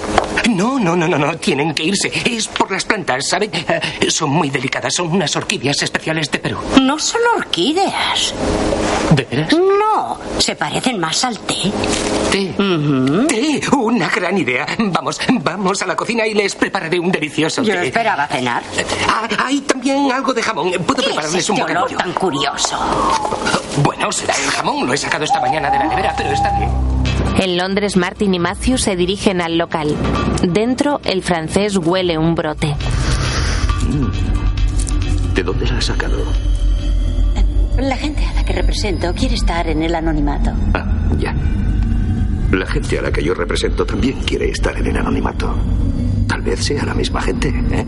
Speaker 7: No, no, no, no, no. Tienen que irse. Es por las plantas, ¿saben? Eh, Son muy delicadas. Son unas orquídeas especiales de Perú.
Speaker 6: No son orquídeas.
Speaker 7: ¿De veras?
Speaker 6: No, se parecen más al té.
Speaker 7: Té. Té. Una gran idea. Vamos, vamos a la cocina y les prepararé un delicioso
Speaker 6: Yo
Speaker 7: té.
Speaker 6: esperaba cenar.
Speaker 7: Ah, hay también algo de jamón. Puedo
Speaker 6: ¿Qué es
Speaker 7: prepararles
Speaker 6: este
Speaker 7: un buen
Speaker 6: olor tan curioso?
Speaker 7: Bueno, será el jamón. Lo he sacado esta mañana de la nevera, pero está bien.
Speaker 1: en Londres, Martin y Matthew se dirigen al local. Dentro, el francés huele un brote.
Speaker 18: Mm. ¿De dónde la has sacado?
Speaker 32: La gente a la que represento quiere estar en el anonimato.
Speaker 18: Ah, ya. La gente a la que yo represento también quiere estar en el anonimato. Tal vez sea la misma gente, ¿eh?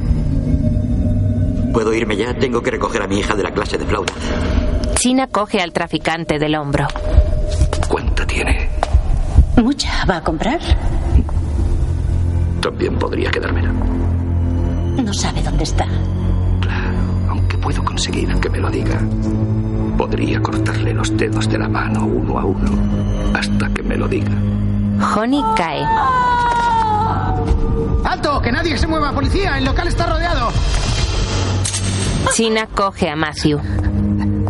Speaker 29: ¿Puedo irme ya? Tengo que recoger a mi hija de la clase de flauta.
Speaker 1: China coge al traficante del hombro.
Speaker 18: ¿Cuánta tiene?
Speaker 32: Mucha. ¿Va a comprar?
Speaker 18: También podría quedármela.
Speaker 32: No sabe dónde está.
Speaker 18: Aunque puedo conseguir que me lo diga. Podría cortarle los dedos de la mano uno a uno hasta que me lo diga.
Speaker 1: Honey cae.
Speaker 5: ¡Alto! ¡Que nadie se mueva, policía! ¡El local está rodeado!
Speaker 1: China coge a Matthew.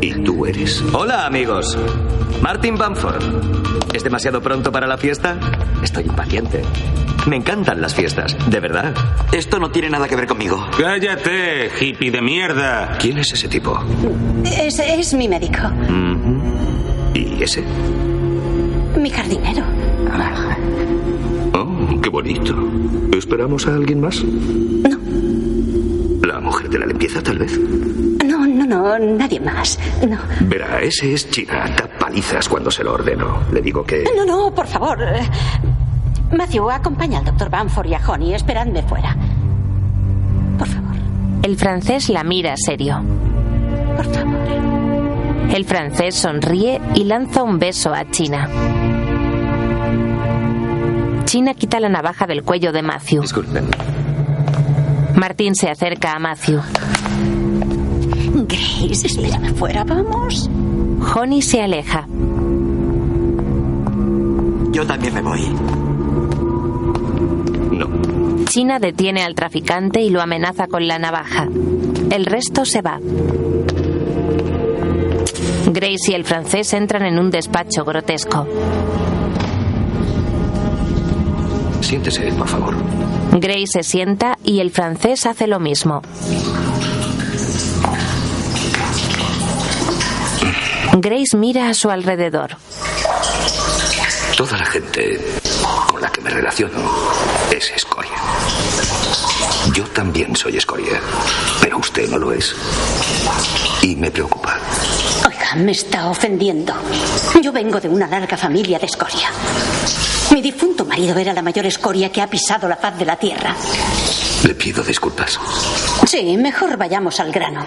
Speaker 18: ¿Y tú eres?
Speaker 8: Hola, amigos. Martin Bamford. ¿Es demasiado pronto para la fiesta? Estoy impaciente. Me encantan las fiestas, de verdad.
Speaker 29: Esto no tiene nada que ver conmigo.
Speaker 31: Cállate, hippie de mierda.
Speaker 18: ¿Quién es ese tipo?
Speaker 32: Es, es mi médico,
Speaker 31: Mm-hmm.
Speaker 18: ¿Y ese?
Speaker 32: mi jardinero.
Speaker 7: Ah.
Speaker 18: Oh, qué bonito. ¿Esperamos a alguien más? No. La mujer de la limpieza, tal vez.
Speaker 32: No, no, no, nadie más. No.
Speaker 18: Verá, ese es China. Da palizas cuando se lo ordeno. Le digo que.
Speaker 32: No, no, por favor. Eh, Matthew, acompaña al doctor Banford y a Honey. Esperadme fuera.
Speaker 1: El francés la mira serio. El francés sonríe y lanza un beso a China. China quita la navaja del cuello de Matthew.
Speaker 8: Disculpen.
Speaker 1: Martín se acerca a Matthew.
Speaker 6: Grace, espérame fuera, vamos.
Speaker 1: Honey se aleja.
Speaker 29: Yo también me voy.
Speaker 1: China detiene al traficante y lo amenaza con la navaja. El resto se va. Grace y el francés entran en un despacho grotesco.
Speaker 18: Siéntese, por favor.
Speaker 1: Gray se sienta y el francés hace lo mismo. Grace mira a su alrededor.
Speaker 18: Toda la gente con la que me relaciono es escoria. Yo también soy escoria, pero usted no lo es. Y me preocupa.
Speaker 6: Oiga, me está ofendiendo. Yo vengo de una larga familia de escoria. Mi difunto marido era la mayor escoria que ha pisado la faz de la tierra.
Speaker 18: Le pido disculpas.
Speaker 6: Sí, mejor vayamos al grano.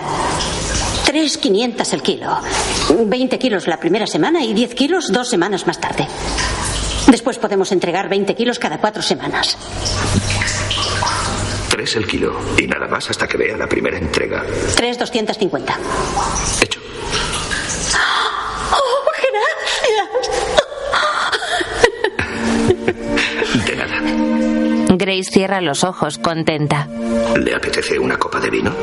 Speaker 6: Tres quinientas el kilo. 20 kilos la primera semana y 10 kilos dos semanas más tarde. Después podemos entregar 20 kilos cada cuatro semanas.
Speaker 18: Tres el kilo y nada más hasta que vea la primera entrega.
Speaker 6: Tres 250.
Speaker 18: Hecho.
Speaker 6: ¡Oh,
Speaker 18: De nada.
Speaker 1: Grace cierra los ojos contenta.
Speaker 18: ¿Le apetece una copa de vino?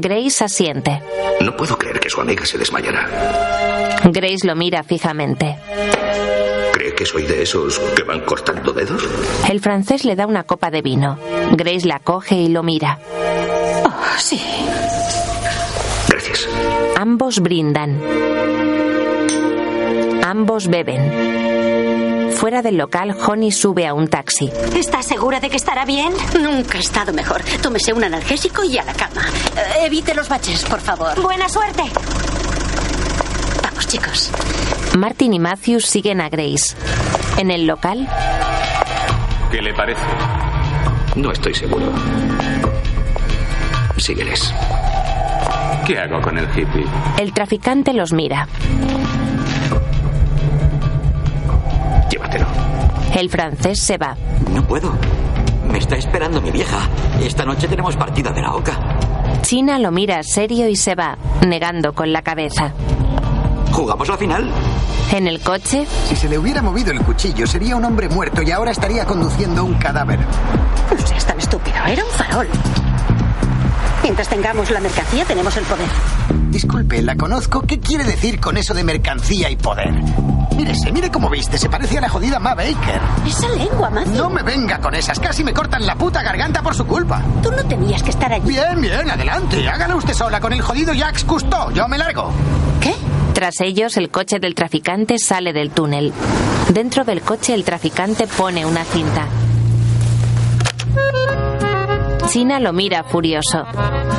Speaker 1: Grace asiente.
Speaker 18: No puedo creer que su amiga se desmayará.
Speaker 1: Grace lo mira fijamente.
Speaker 18: ¿Cree que soy de esos que van cortando dedos?
Speaker 1: El francés le da una copa de vino. Grace la coge y lo mira.
Speaker 6: Oh, sí.
Speaker 18: Gracias.
Speaker 1: Ambos brindan. Ambos beben. Fuera del local, Honey sube a un taxi.
Speaker 6: ¿Estás segura de que estará bien? Nunca he estado mejor. Tómese un analgésico y a la cama. Eh, Evite los baches, por favor. Buena suerte. Vamos, chicos.
Speaker 1: Martin y Matthews siguen a Grace. En el local,
Speaker 4: ¿Qué le parece?
Speaker 18: No estoy seguro. Sígueles.
Speaker 4: ¿Qué hago con el hippie?
Speaker 1: el traficante los mira.
Speaker 18: Llévatelo.
Speaker 1: El francés se va.
Speaker 13: No puedo. Me está esperando mi vieja. Esta noche tenemos partida de la OCA.
Speaker 1: China lo mira serio y se va, negando con la cabeza.
Speaker 13: ¿Jugamos la final?
Speaker 1: En el coche,
Speaker 5: Si se le hubiera movido el cuchillo, sería un hombre muerto y ahora estaría conduciendo un cadáver.
Speaker 6: No seas tan Pues estúpido. Era un farol. Mientras tengamos la mercancía, tenemos el poder.
Speaker 5: Disculpe, la conozco. ¿Qué quiere decir con eso de mercancía y poder? Mírese, mire cómo viste. Se parece a la jodida Ma Baker.
Speaker 6: Esa lengua, Matthew.
Speaker 5: No me venga con esas. Casi me cortan la puta garganta por su culpa.
Speaker 6: Tú no tenías que estar allí.
Speaker 5: Bien, bien, adelante. Hágalo usted sola con el jodido Jax Cousteau. Yo me largo.
Speaker 1: tras ellos, el coche del traficante sale del túnel. Dentro del coche, el traficante pone una cinta. China lo mira furioso.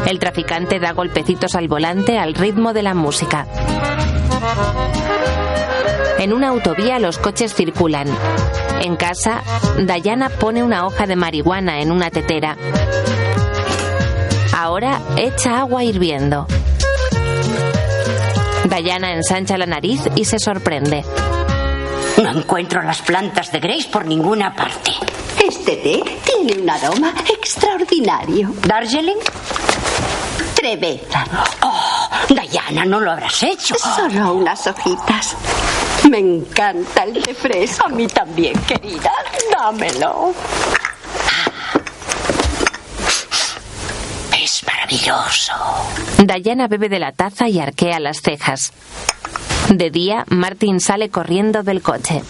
Speaker 1: El traficante da golpecitos al volante al ritmo de la música. En una autovía los coches circulan. En casa, Diana pone una hoja de marihuana en una tetera. Ahora echa agua hirviendo. Diana ensancha la nariz y se sorprende.
Speaker 26: No encuentro las plantas de Grace por ninguna parte.
Speaker 3: Este té tiene un aroma extraordinario.
Speaker 26: ¿Darjeeling?
Speaker 3: Treveza.
Speaker 26: Oh, Diana, no lo habrás hecho.
Speaker 3: Solo unas hojitas. Me encanta el té fresco. A mí también, querida. Dámelo.
Speaker 14: Ah.
Speaker 26: Es maravilloso.
Speaker 1: Diana bebe de la taza y arquea las cejas. De día, Martin sale corriendo del coche.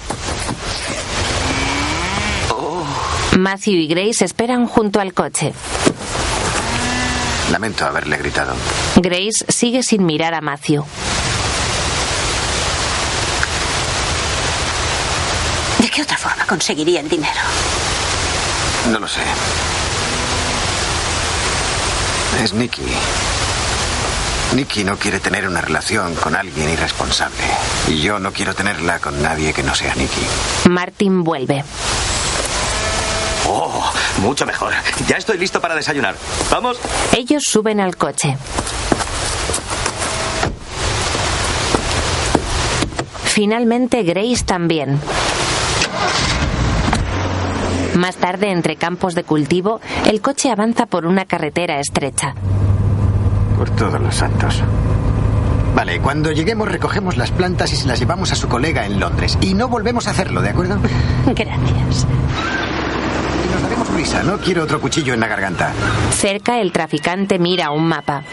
Speaker 3: Oh.
Speaker 1: Matthew y Grace esperan junto al coche.
Speaker 5: Lamento haberle gritado.
Speaker 1: Grace sigue sin mirar a Matthew.
Speaker 6: ¿De qué otra forma conseguiría el dinero?
Speaker 5: No lo sé. Es Nicky. Nicky no quiere tener una relación con alguien irresponsable. Y yo no quiero tenerla con nadie que no sea Nicky.
Speaker 1: Martin vuelve.
Speaker 10: Oh, mucho mejor. Ya estoy listo para desayunar. ¿Vamos?
Speaker 1: Ellos suben al coche. Finalmente Grace también. Más tarde, entre campos de cultivo, el coche avanza por una carretera estrecha.
Speaker 5: Por todos los santos. Vale, cuando lleguemos recogemos las plantas y se las llevamos a su colega en Londres. Y no volvemos a hacerlo, ¿de acuerdo?
Speaker 6: Gracias.
Speaker 5: Y nos daremos
Speaker 33: prisa, no quiero otro cuchillo en la garganta.
Speaker 1: Cerca, el traficante mira un mapa.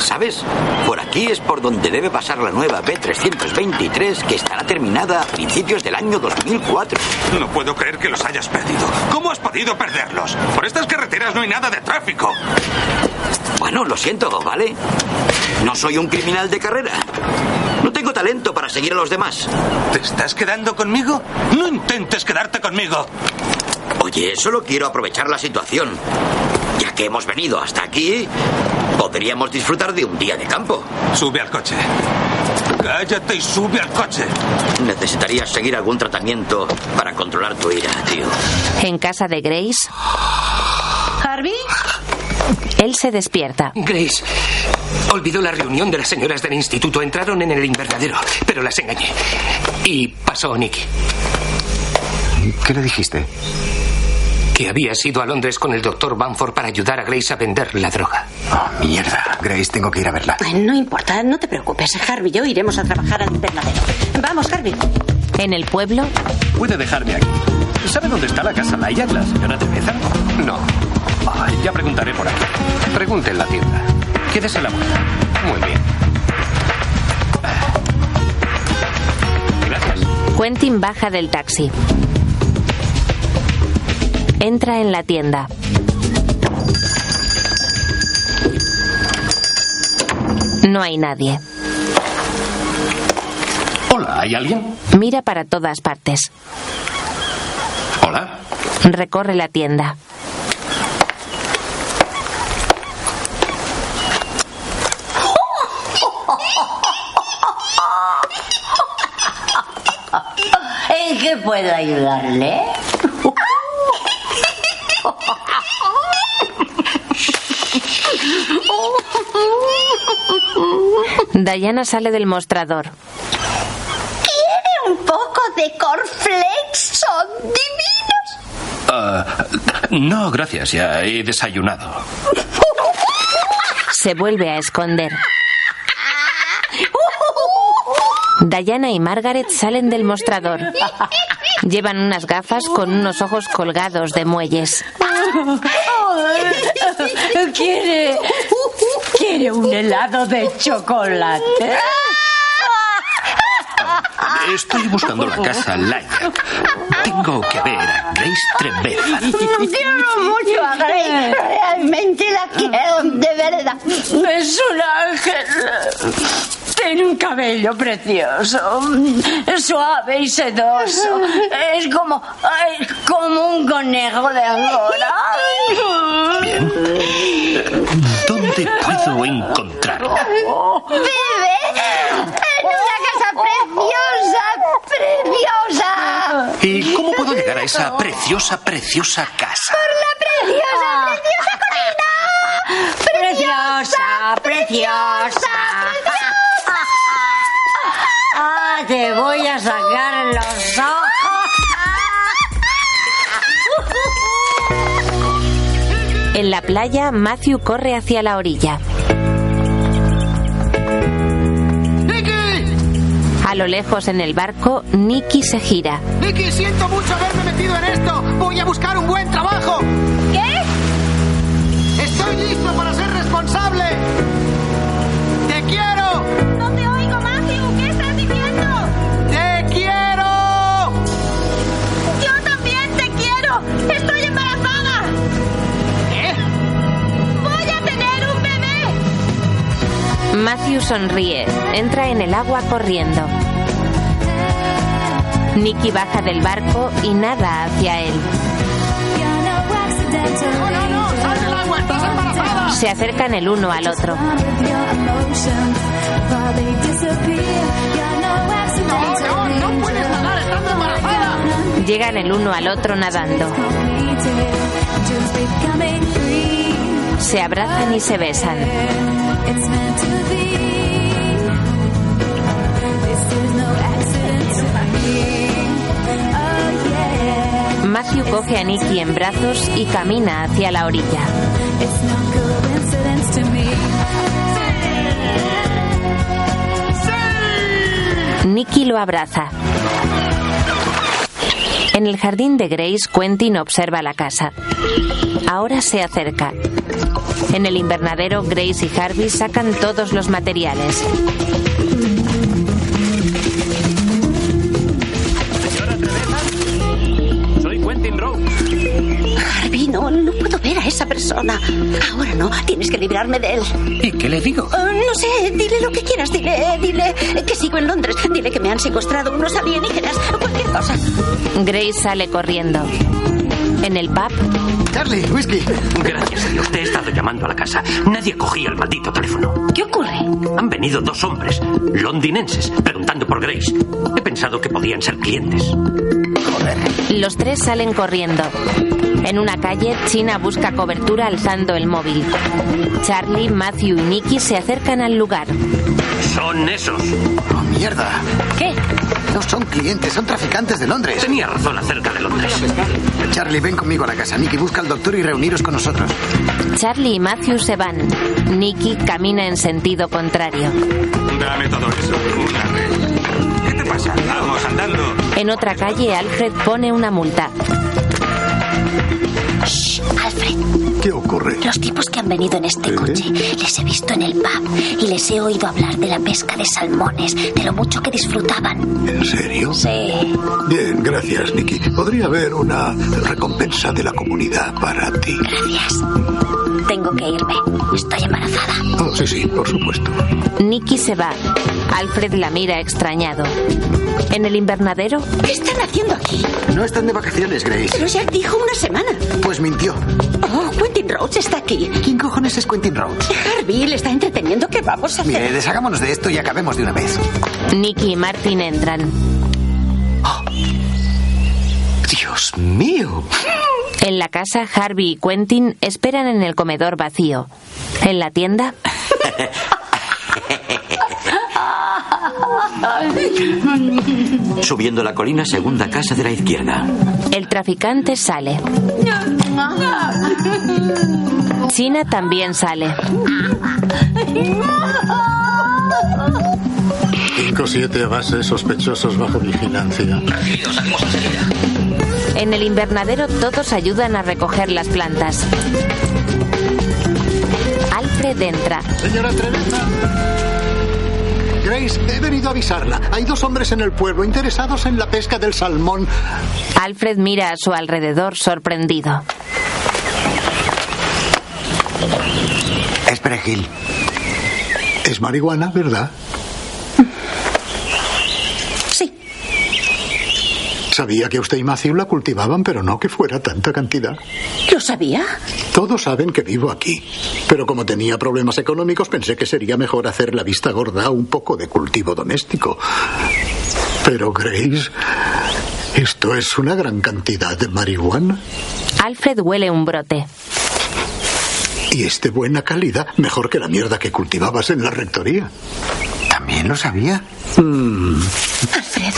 Speaker 29: ¿Sabes? Por aquí es por donde debe pasar la nueva B323 que estará terminada a principios del año 2004.
Speaker 34: No puedo creer que los hayas perdido. ¿Cómo has podido perderlos? Por estas carreteras no hay nada de tráfico.
Speaker 29: Bueno, lo siento, ¿vale? No soy un criminal de carrera. No tengo talento para seguir a los demás.
Speaker 34: ¿Te estás quedando conmigo? No intentes quedarte conmigo.
Speaker 29: Oye, solo quiero aprovechar la situación. Ya que hemos venido hasta aquí, podríamos disfrutar de un día de campo.
Speaker 34: Sube al coche. Cállate y sube al coche.
Speaker 29: Necesitarías seguir algún tratamiento para controlar tu ira, tío.
Speaker 1: En casa de Grace,
Speaker 35: ¿Harvey?
Speaker 1: él se despierta.
Speaker 36: Grace, olvidó la reunión de las señoras del instituto. Entraron en el invernadero, pero las engañé. Y pasó Nicky.
Speaker 37: ¿Qué le dijiste?
Speaker 36: Que habías ido a Londres con el doctor Banford para ayudar a Grace a vender la droga.
Speaker 33: Mierda, Grace, tengo que ir a verla.
Speaker 6: No importa, no te preocupes. Harvey y yo iremos a trabajar al invernadero. Vamos, Harvey.
Speaker 1: En el pueblo,
Speaker 18: Puede dejarme aquí. ¿Sabe dónde está la casa Layak, la señora Teresa? No. Ah, ya preguntaré por aquí. Pregunte en la tienda. Quédese la mujer. Muy bien.
Speaker 1: Quentin baja del taxi. Entra en la tienda. No hay nadie.
Speaker 18: Hola, ¿hay alguien?
Speaker 1: Mira para todas partes.
Speaker 18: Hola.
Speaker 1: Recorre la tienda.
Speaker 14: ¿En qué puedo ayudarle?
Speaker 1: Diana sale del mostrador.
Speaker 14: ¿Quiere un poco de cornflakes? Son divinos.
Speaker 18: Ah, no, gracias, ya he desayunado.
Speaker 1: Se vuelve a esconder. Diana y Margaret salen del mostrador. Llevan unas gafas con unos ojos colgados de muelles.
Speaker 14: ¿Quiere, ¿Quiere un helado de chocolate?
Speaker 18: Estoy buscando la casa Layak. Tengo que ver a Grace Trevelyan.
Speaker 14: Quiero mucho a Grace. Realmente la quiero, de verdad. Es un ángel. Tiene un cabello precioso, suave y sedoso. Es como, es como un conejo de Angora.
Speaker 18: ¿Dónde puedo encontrarla?
Speaker 14: ¡Vive en una casa preciosa, preciosa!
Speaker 18: ¿Y cómo puedo llegar a esa preciosa, preciosa casa?
Speaker 14: ¡Preciosa, preciosa colina! ¡Preciosa, preciosa! ¡Ah, te voy a sacar los ojos!
Speaker 1: En la playa, Matthew corre hacia la orilla. A lo lejos en el barco, Nicky se gira.
Speaker 5: Nicky, siento mucho haberme metido en esto. Voy a buscar un buen trabajo. ¿Qué? Estoy listo para ser responsable. ¡Te quiero!
Speaker 14: ¡No te oigo, Matthew! ¿Qué estás diciendo?
Speaker 5: ¡Te quiero!
Speaker 14: ¡Yo también te quiero! ¡Estoy embarazada! ¿Qué? ¡Voy a tener un bebé!
Speaker 1: Matthew sonríe. Entra en el agua corriendo. Nicky baja del barco y nada hacia él. Se acercan el uno al otro. Llegan el uno al otro nadando. Se abrazan y se besan. Matthew coge a Nicky en brazos y camina hacia la orilla. Nicky lo abraza. En el jardín de Grace, Quentin observa la casa. Ahora se acerca. En el invernadero, Grace y Harvey sacan todos los materiales.
Speaker 38: Señora Treveza, soy Quentin Rowe.
Speaker 6: Harvey, no, no puedo ver a esa persona. Ahora no, tienes que librarme de él.
Speaker 38: ¿Y qué le digo?
Speaker 6: Ah, no sé, dile lo que quieras, dile, dile que sigo en Londres, dile que me han secuestrado unos alienígenas, cualquier cosa.
Speaker 1: Grace sale corriendo. En el pub,
Speaker 5: Charlie, whisky.
Speaker 7: Gracias a Dios, te he estado llamando a la casa. Nadie cogía el maldito teléfono.
Speaker 9: ¿Qué ocurre?
Speaker 7: Han venido dos hombres, londinenses, preguntando por Grace. He pensado que podían ser clientes.
Speaker 1: los tres salen corriendo. En una calle, China busca cobertura alzando el móvil. Charlie, Matthew y Nicky se acercan al lugar.
Speaker 7: Son esos.
Speaker 5: Mierda.
Speaker 9: ¿Qué?
Speaker 5: No son clientes, son traficantes de Londres.
Speaker 7: Tenía razón acerca de Londres.
Speaker 5: Charlie, ven conmigo a la casa. Nicky, busca al doctor y reuniros con nosotros.
Speaker 1: Charlie y Matthew se van. Nicky camina en sentido contrario.
Speaker 8: Dame todo eso. Una vez. ¿Qué te pasa? Vamos, andando.
Speaker 1: En otra calle, Alfred pone una multa.
Speaker 9: Alfred,
Speaker 11: ¿Qué ocurre?
Speaker 9: los tipos que han venido en
Speaker 5: ¿Eh?
Speaker 9: este coche les he visto en el pub y les he oído hablar de la pesca de salmones, de lo mucho que disfrutaban.
Speaker 11: ¿En serio?
Speaker 9: Sí.
Speaker 11: Bien, gracias, Nicky. Podría haber una recompensa de la comunidad para ti.
Speaker 9: Gracias. Tengo que irme. Estoy embarazada.
Speaker 11: Oh, sí, sí, por supuesto.
Speaker 1: Nicky se va. Alfred la mira extrañado. En el invernadero,
Speaker 6: ¿Qué están haciendo aquí?
Speaker 5: No están de vacaciones, Grace.
Speaker 6: Pero Jack dijo una semana.
Speaker 5: ¿Eh? Pues mintió.
Speaker 6: Oh, Quentin Rhodes está aquí.
Speaker 5: ¿Quién cojones es Quentin Rhodes?
Speaker 6: Harvey le está entreteniendo. ¿Qué vamos a hacer?
Speaker 5: Mire, deshagámonos de esto y acabemos de una vez.
Speaker 1: Nicky y Martin entran.
Speaker 11: Dios mío.
Speaker 1: En la casa, Harvey y Quentin esperan en el comedor vacío. En la tienda,
Speaker 13: Subiendo la colina, segunda casa de la izquierda.
Speaker 1: el traficante sale. China también sale.
Speaker 11: 5-7 a base sospechosos bajo vigilancia.
Speaker 1: En el invernadero todos ayudan a recoger las plantas. Alfred entra.
Speaker 11: Señora Treveza. Grace, he venido a avisarla. Hay dos hombres en el pueblo interesados en la pesca del salmón.
Speaker 1: Alfred mira a su alrededor sorprendido.
Speaker 11: Es perejil. Es marihuana, ¿verdad?
Speaker 9: Sí.
Speaker 11: Sabía que usted y Matthew la cultivaban, pero no que fuera tanta cantidad.
Speaker 6: ¿Lo sabía?
Speaker 11: Todos saben que vivo aquí. Pero como tenía problemas económicos, pensé que sería mejor hacer la vista gorda a un poco de cultivo doméstico. Pero, Grace, esto es una gran cantidad de marihuana.
Speaker 1: Alfred huele un brote.
Speaker 11: Y es de buena calidad, mejor que la mierda que cultivabas en la rectoría. Mm,
Speaker 5: También lo sabía.
Speaker 6: Alfred,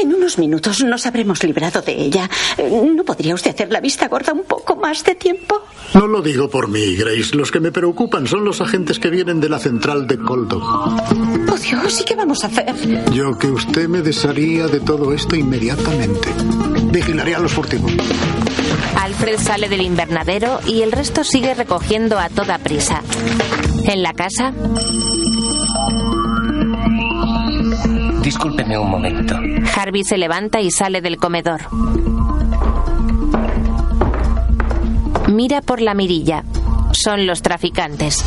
Speaker 6: en unos minutos nos habremos librado de ella. Eh, ¿No podría usted hacer la vista gorda un poco más de tiempo?
Speaker 11: No lo digo por mí, Grace. Los que me preocupan son los agentes que vienen de la central de Coldo.
Speaker 6: Oh, Dios, ¿y qué vamos a hacer?
Speaker 11: Yo que usted me desharía de todo esto inmediatamente. Vigilaré a los furtivos.
Speaker 1: Alfred sale del invernadero y el resto sigue recogiendo a toda prisa. En la casa,
Speaker 28: Discúlpeme un momento.
Speaker 1: Harvey se levanta y sale del comedor. Mira por la mirilla. Son los traficantes.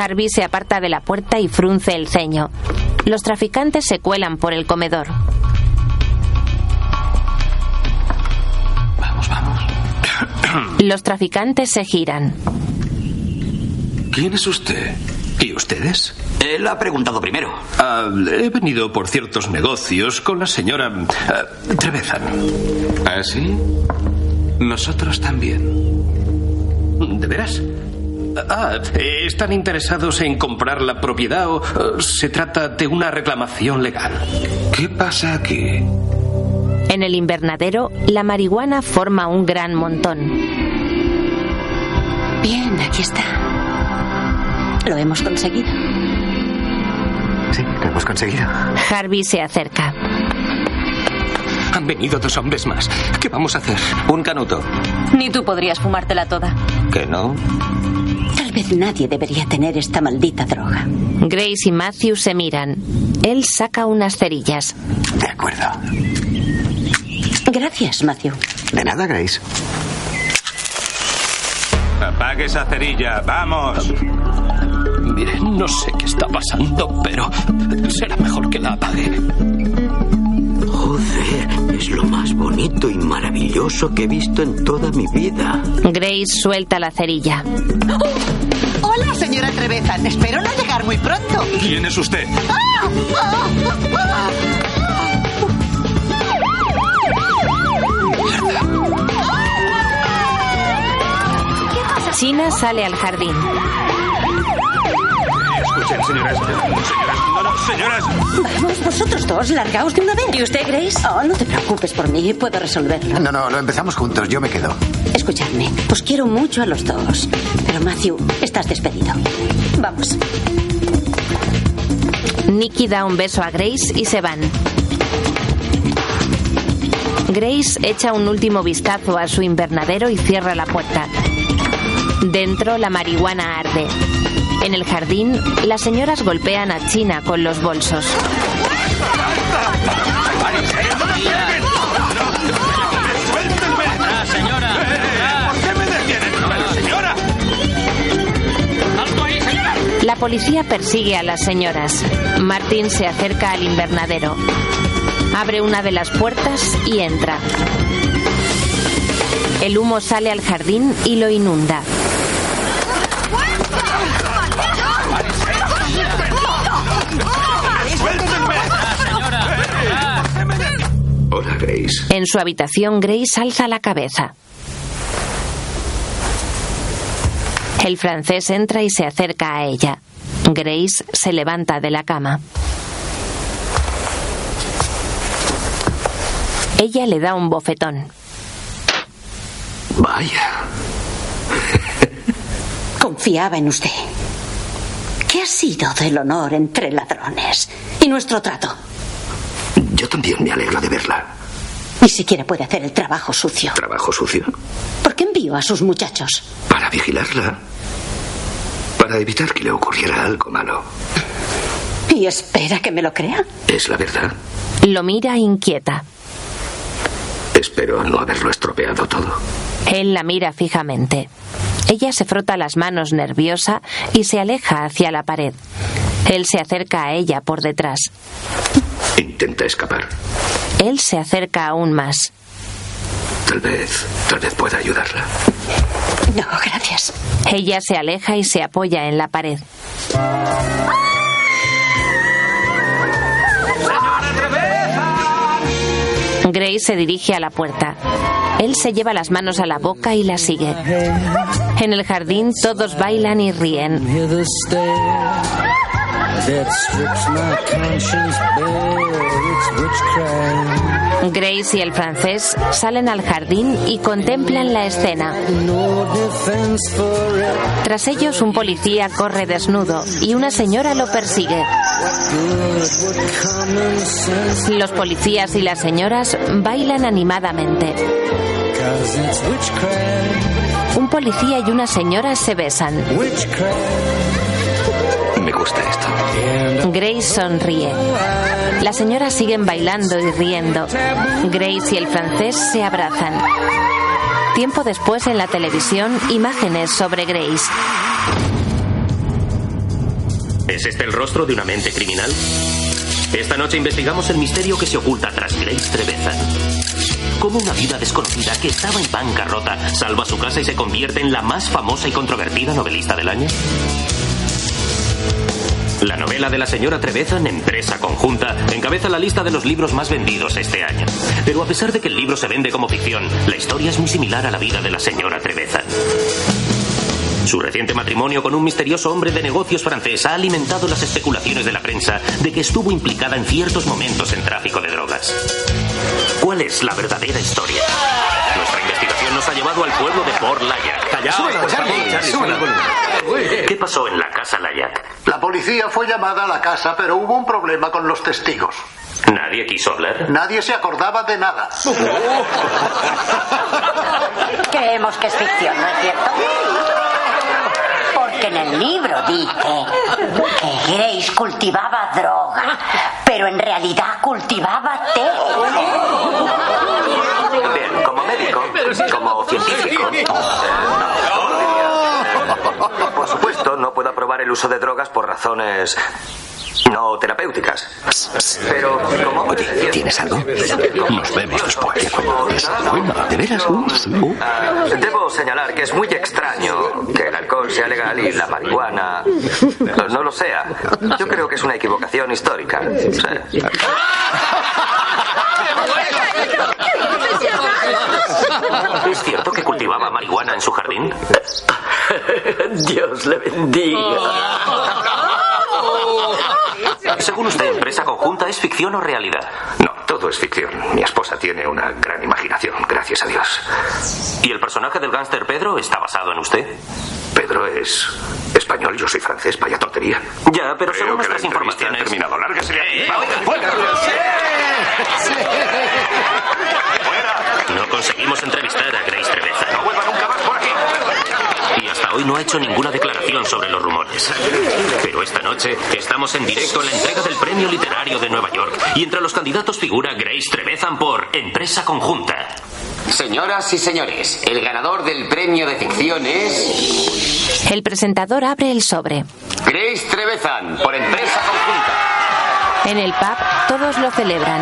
Speaker 1: Harvey se aparta de la puerta y frunce el ceño. Los traficantes se cuelan por el comedor.
Speaker 7: Vamos, vamos.
Speaker 1: Los traficantes se giran.
Speaker 7: ¿Quién es usted? ¿Y ustedes?
Speaker 13: Él ha preguntado primero.
Speaker 7: Ah, he venido por ciertos negocios con la señora ah, Trevezan. ¿Ah, sí? Nosotros también. ¿De veras? Ah, ¿están interesados en comprar la propiedad o eh, se trata de una reclamación legal? ¿Qué pasa aquí?
Speaker 1: En el invernadero, la marihuana forma un gran montón.
Speaker 6: Bien, aquí está. Lo hemos conseguido.
Speaker 30: Sí, lo hemos conseguido.
Speaker 1: Harvey se acerca.
Speaker 28: Han venido dos hombres más. ¿Qué vamos a hacer?
Speaker 7: Un canuto.
Speaker 9: Ni tú podrías fumártela toda.
Speaker 7: ¿Que no?
Speaker 6: Tal vez nadie debería tener esta maldita droga.
Speaker 1: Grace y Matthew se miran. Él saca unas cerillas.
Speaker 30: De acuerdo.
Speaker 6: Gracias, Matthew.
Speaker 30: De nada, Grace.
Speaker 4: Apague esa cerilla, vamos.
Speaker 7: Mire, no sé qué está pasando, pero será mejor que la apague.
Speaker 13: Joder, es lo más bonito y maravilloso que he visto en toda mi vida.
Speaker 1: Grace suelta la cerilla.
Speaker 2: Hola, señora Trevezan. Espero no llegar muy pronto.
Speaker 8: ¿Quién es usted?
Speaker 2: ¡Ah! ¡Ah! ¡Ah!
Speaker 1: China sale al jardín.
Speaker 8: Escuchen, señoras. Señoras, no, no, señoras.
Speaker 6: Vamos, vosotros dos, largaos de una vez.
Speaker 9: ¿Y usted, Grace?
Speaker 6: Oh, no te preocupes por mí, puedo resolverlo.
Speaker 5: No, no, lo empezamos juntos, yo me quedo.
Speaker 6: Escuchadme, os quiero mucho a los dos. Pero, Matthew, estás despedido. Vamos.
Speaker 1: Nicky da un beso a Grace y se van. Grace echa un último vistazo a su invernadero y cierra la puerta. Dentro la marihuana arde. En el jardín, las señoras golpean a China con los bolsos.
Speaker 8: ¡Suéltenme! señora! ¿Por qué me detienen? ¡Pero, señora!
Speaker 1: ¡Alto ahí, señora! La policía persigue a las señoras. Martín se acerca al invernadero. Abre una de las puertas y entra. El humo sale al jardín y lo inunda.
Speaker 8: ¡Suéltenme! señora!
Speaker 18: Hola, Grace.
Speaker 1: En su habitación, Grace alza la cabeza. El francés entra y se acerca a ella. Grace se levanta de la cama. Ella le da un bofetón.
Speaker 18: Vaya.
Speaker 6: Confiaba en usted. ¿Qué ha sido del honor entre ladrones? ¿Y nuestro trato?
Speaker 18: Yo también me alegro de verla.
Speaker 6: Ni siquiera puede hacer el trabajo sucio.
Speaker 18: Trabajo sucio.
Speaker 6: ¿Por qué envió a sus muchachos?
Speaker 18: Para vigilarla. Para evitar que le ocurriera algo malo.
Speaker 6: ¿Y espera que me lo crea?
Speaker 18: Es la verdad.
Speaker 1: Lo mira inquieta.
Speaker 18: Espero no haberlo estropeado todo.
Speaker 1: Él la mira fijamente. Ella se frota las manos nerviosa y se aleja hacia la pared. Él se acerca a ella por detrás.
Speaker 18: Intenta escapar.
Speaker 1: Él se acerca aún más.
Speaker 18: Tal vez, tal vez pueda ayudarla.
Speaker 6: No, gracias.
Speaker 1: Ella se aleja y se apoya en la pared.
Speaker 8: ¡Señora Treveza!
Speaker 1: Grace se dirige a la puerta. Él se lleva las manos a la boca y la sigue. En el jardín todos bailan y ríen. Grace y el francés salen al jardín y contemplan la escena. Tras ellos un policía corre desnudo y una señora lo persigue. Los policías y las señoras bailan animadamente. Un policía y una señora se besan.
Speaker 18: Me gusta esto.
Speaker 1: Grace sonríe. Las señoras siguen bailando y riendo. Grace y el francés se abrazan. Tiempo después en la televisión, imágenes sobre Grace.
Speaker 12: ¿Es este el rostro de una mente criminal? Esta noche investigamos el misterio que se oculta tras Grace Trevezan. Cómo una vida desconocida que estaba en bancarrota salva su casa y se convierte en la más famosa y controvertida novelista del año. La novela de la señora Trevezan, Empresa Conjunta, encabeza la lista de los libros más vendidos este año. Pero a pesar de que el libro se vende como ficción, la historia es muy similar a la vida de la señora Trevezan. Su reciente matrimonio con un misterioso hombre de negocios francés ha alimentado las especulaciones de la prensa de que estuvo implicada en ciertos momentos en tráfico de drogas. ¿Cuál es la verdadera historia? Nuestra investigación nos ha llevado llevado al pueblo de Fort Layak.
Speaker 39: Callaos, Súbelo, por Charlie, favor, Charlie, súbelo. súbelo.
Speaker 12: ¿Qué pasó en la casa Layak?
Speaker 11: La policía fue llamada a la casa, pero hubo un problema con los testigos.
Speaker 12: ¿Nadie quiso hablar?
Speaker 11: Nadie se acordaba de nada.
Speaker 6: Creemos que es ficción, ¿no es cierto? Porque en el libro dice que Grace cultivaba droga, pero en realidad cultivaba té.
Speaker 12: Bien, como médico, como científico. eh,
Speaker 8: Por supuesto, no puedo aprobar el uso de drogas por razones no terapéuticas. Pero, como Oye,
Speaker 18: ¿Tienes algo?
Speaker 8: Nos vemos después.
Speaker 18: ¿De veras? Uh, sí, uh.
Speaker 8: Debo señalar que es muy extraño que el alcohol sea legal y la marihuana no lo sea. Yo creo que es una equivocación histórica. Sí.
Speaker 12: ¿Es cierto que cultivaba marihuana en su jardín?
Speaker 8: Dios le bendiga.
Speaker 12: Ah, Según usted, empresa conjunta es ficción o realidad.
Speaker 8: No, todo es ficción. Mi esposa tiene una gran imaginación, gracias a Dios.
Speaker 12: ¿Y el personaje del gángster Pedro está basado en usted?
Speaker 8: Pedro es español, yo soy francés, vaya tontería.
Speaker 12: Ya, pero según
Speaker 8: que la
Speaker 12: nuestras
Speaker 8: entrevista
Speaker 12: informaciones.
Speaker 8: ha terminado. Lárguese de aquí.
Speaker 12: Eh, eh,
Speaker 8: Vamos,
Speaker 12: oiga.
Speaker 8: fuera.
Speaker 12: No conseguimos entrevistar a Grace Treveza. No vuelva nunca más por aquí. Y hasta hoy no ha hecho ninguna declaración sobre los rumores. Pero esta noche estamos en directo en la entrega del Premio Literario de Nueva York. Y entre los candidatos figura Grace Trevezan por Empresa Conjunta.
Speaker 40: Señoras y señores, el ganador del premio de ficción es
Speaker 1: El presentador abre el sobre.
Speaker 40: Grace Trevezan, por empresa
Speaker 1: En el pub todos lo celebran.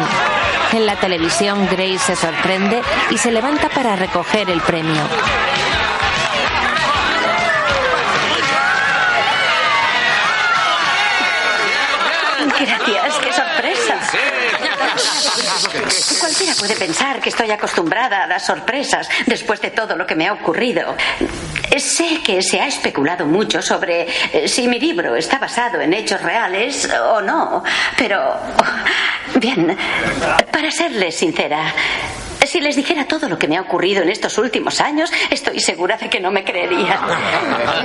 Speaker 1: En la televisión Grace se sorprende y se levanta para recoger el premio.
Speaker 6: Gracias, qué sorpresa.
Speaker 41: Cualquiera
Speaker 6: puede pensar que estoy acostumbrada a las sorpresas después de todo lo que me ha ocurrido. Sé que se ha especulado mucho sobre eh, si mi libro está basado en hechos reales o no, pero... Bien, para serles sincera, si les dijera todo lo que me ha ocurrido en estos últimos años, estoy segura de que no me creerían.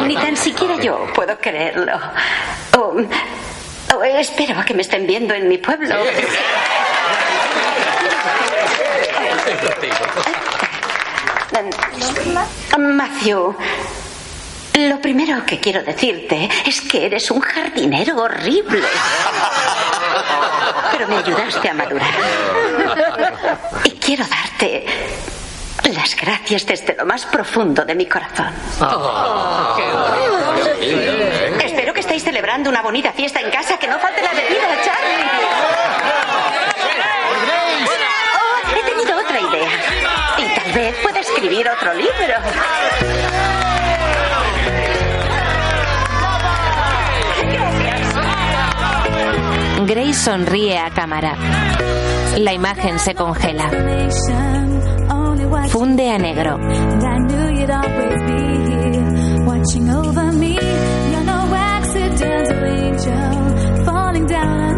Speaker 6: Ni tan siquiera yo puedo creerlo. O- o espero a que me estén viendo en mi pueblo. Matthew, lo primero que quiero decirte es que eres un jardinero horrible. Pero me ayudaste a madurar. Y quiero darte las gracias desde lo más profundo de mi corazón.
Speaker 14: Ah.
Speaker 6: Espero que estéis celebrando una bonita fiesta en casa, que no falte la bebida, Charlie. Oh, he tenido otra idea. Y tal vez pueda escribir otro libro.
Speaker 1: Grace sonríe a cámara. La imagen se congela. Funde a negro.
Speaker 14: Watching over me, you're no accidental angel falling down on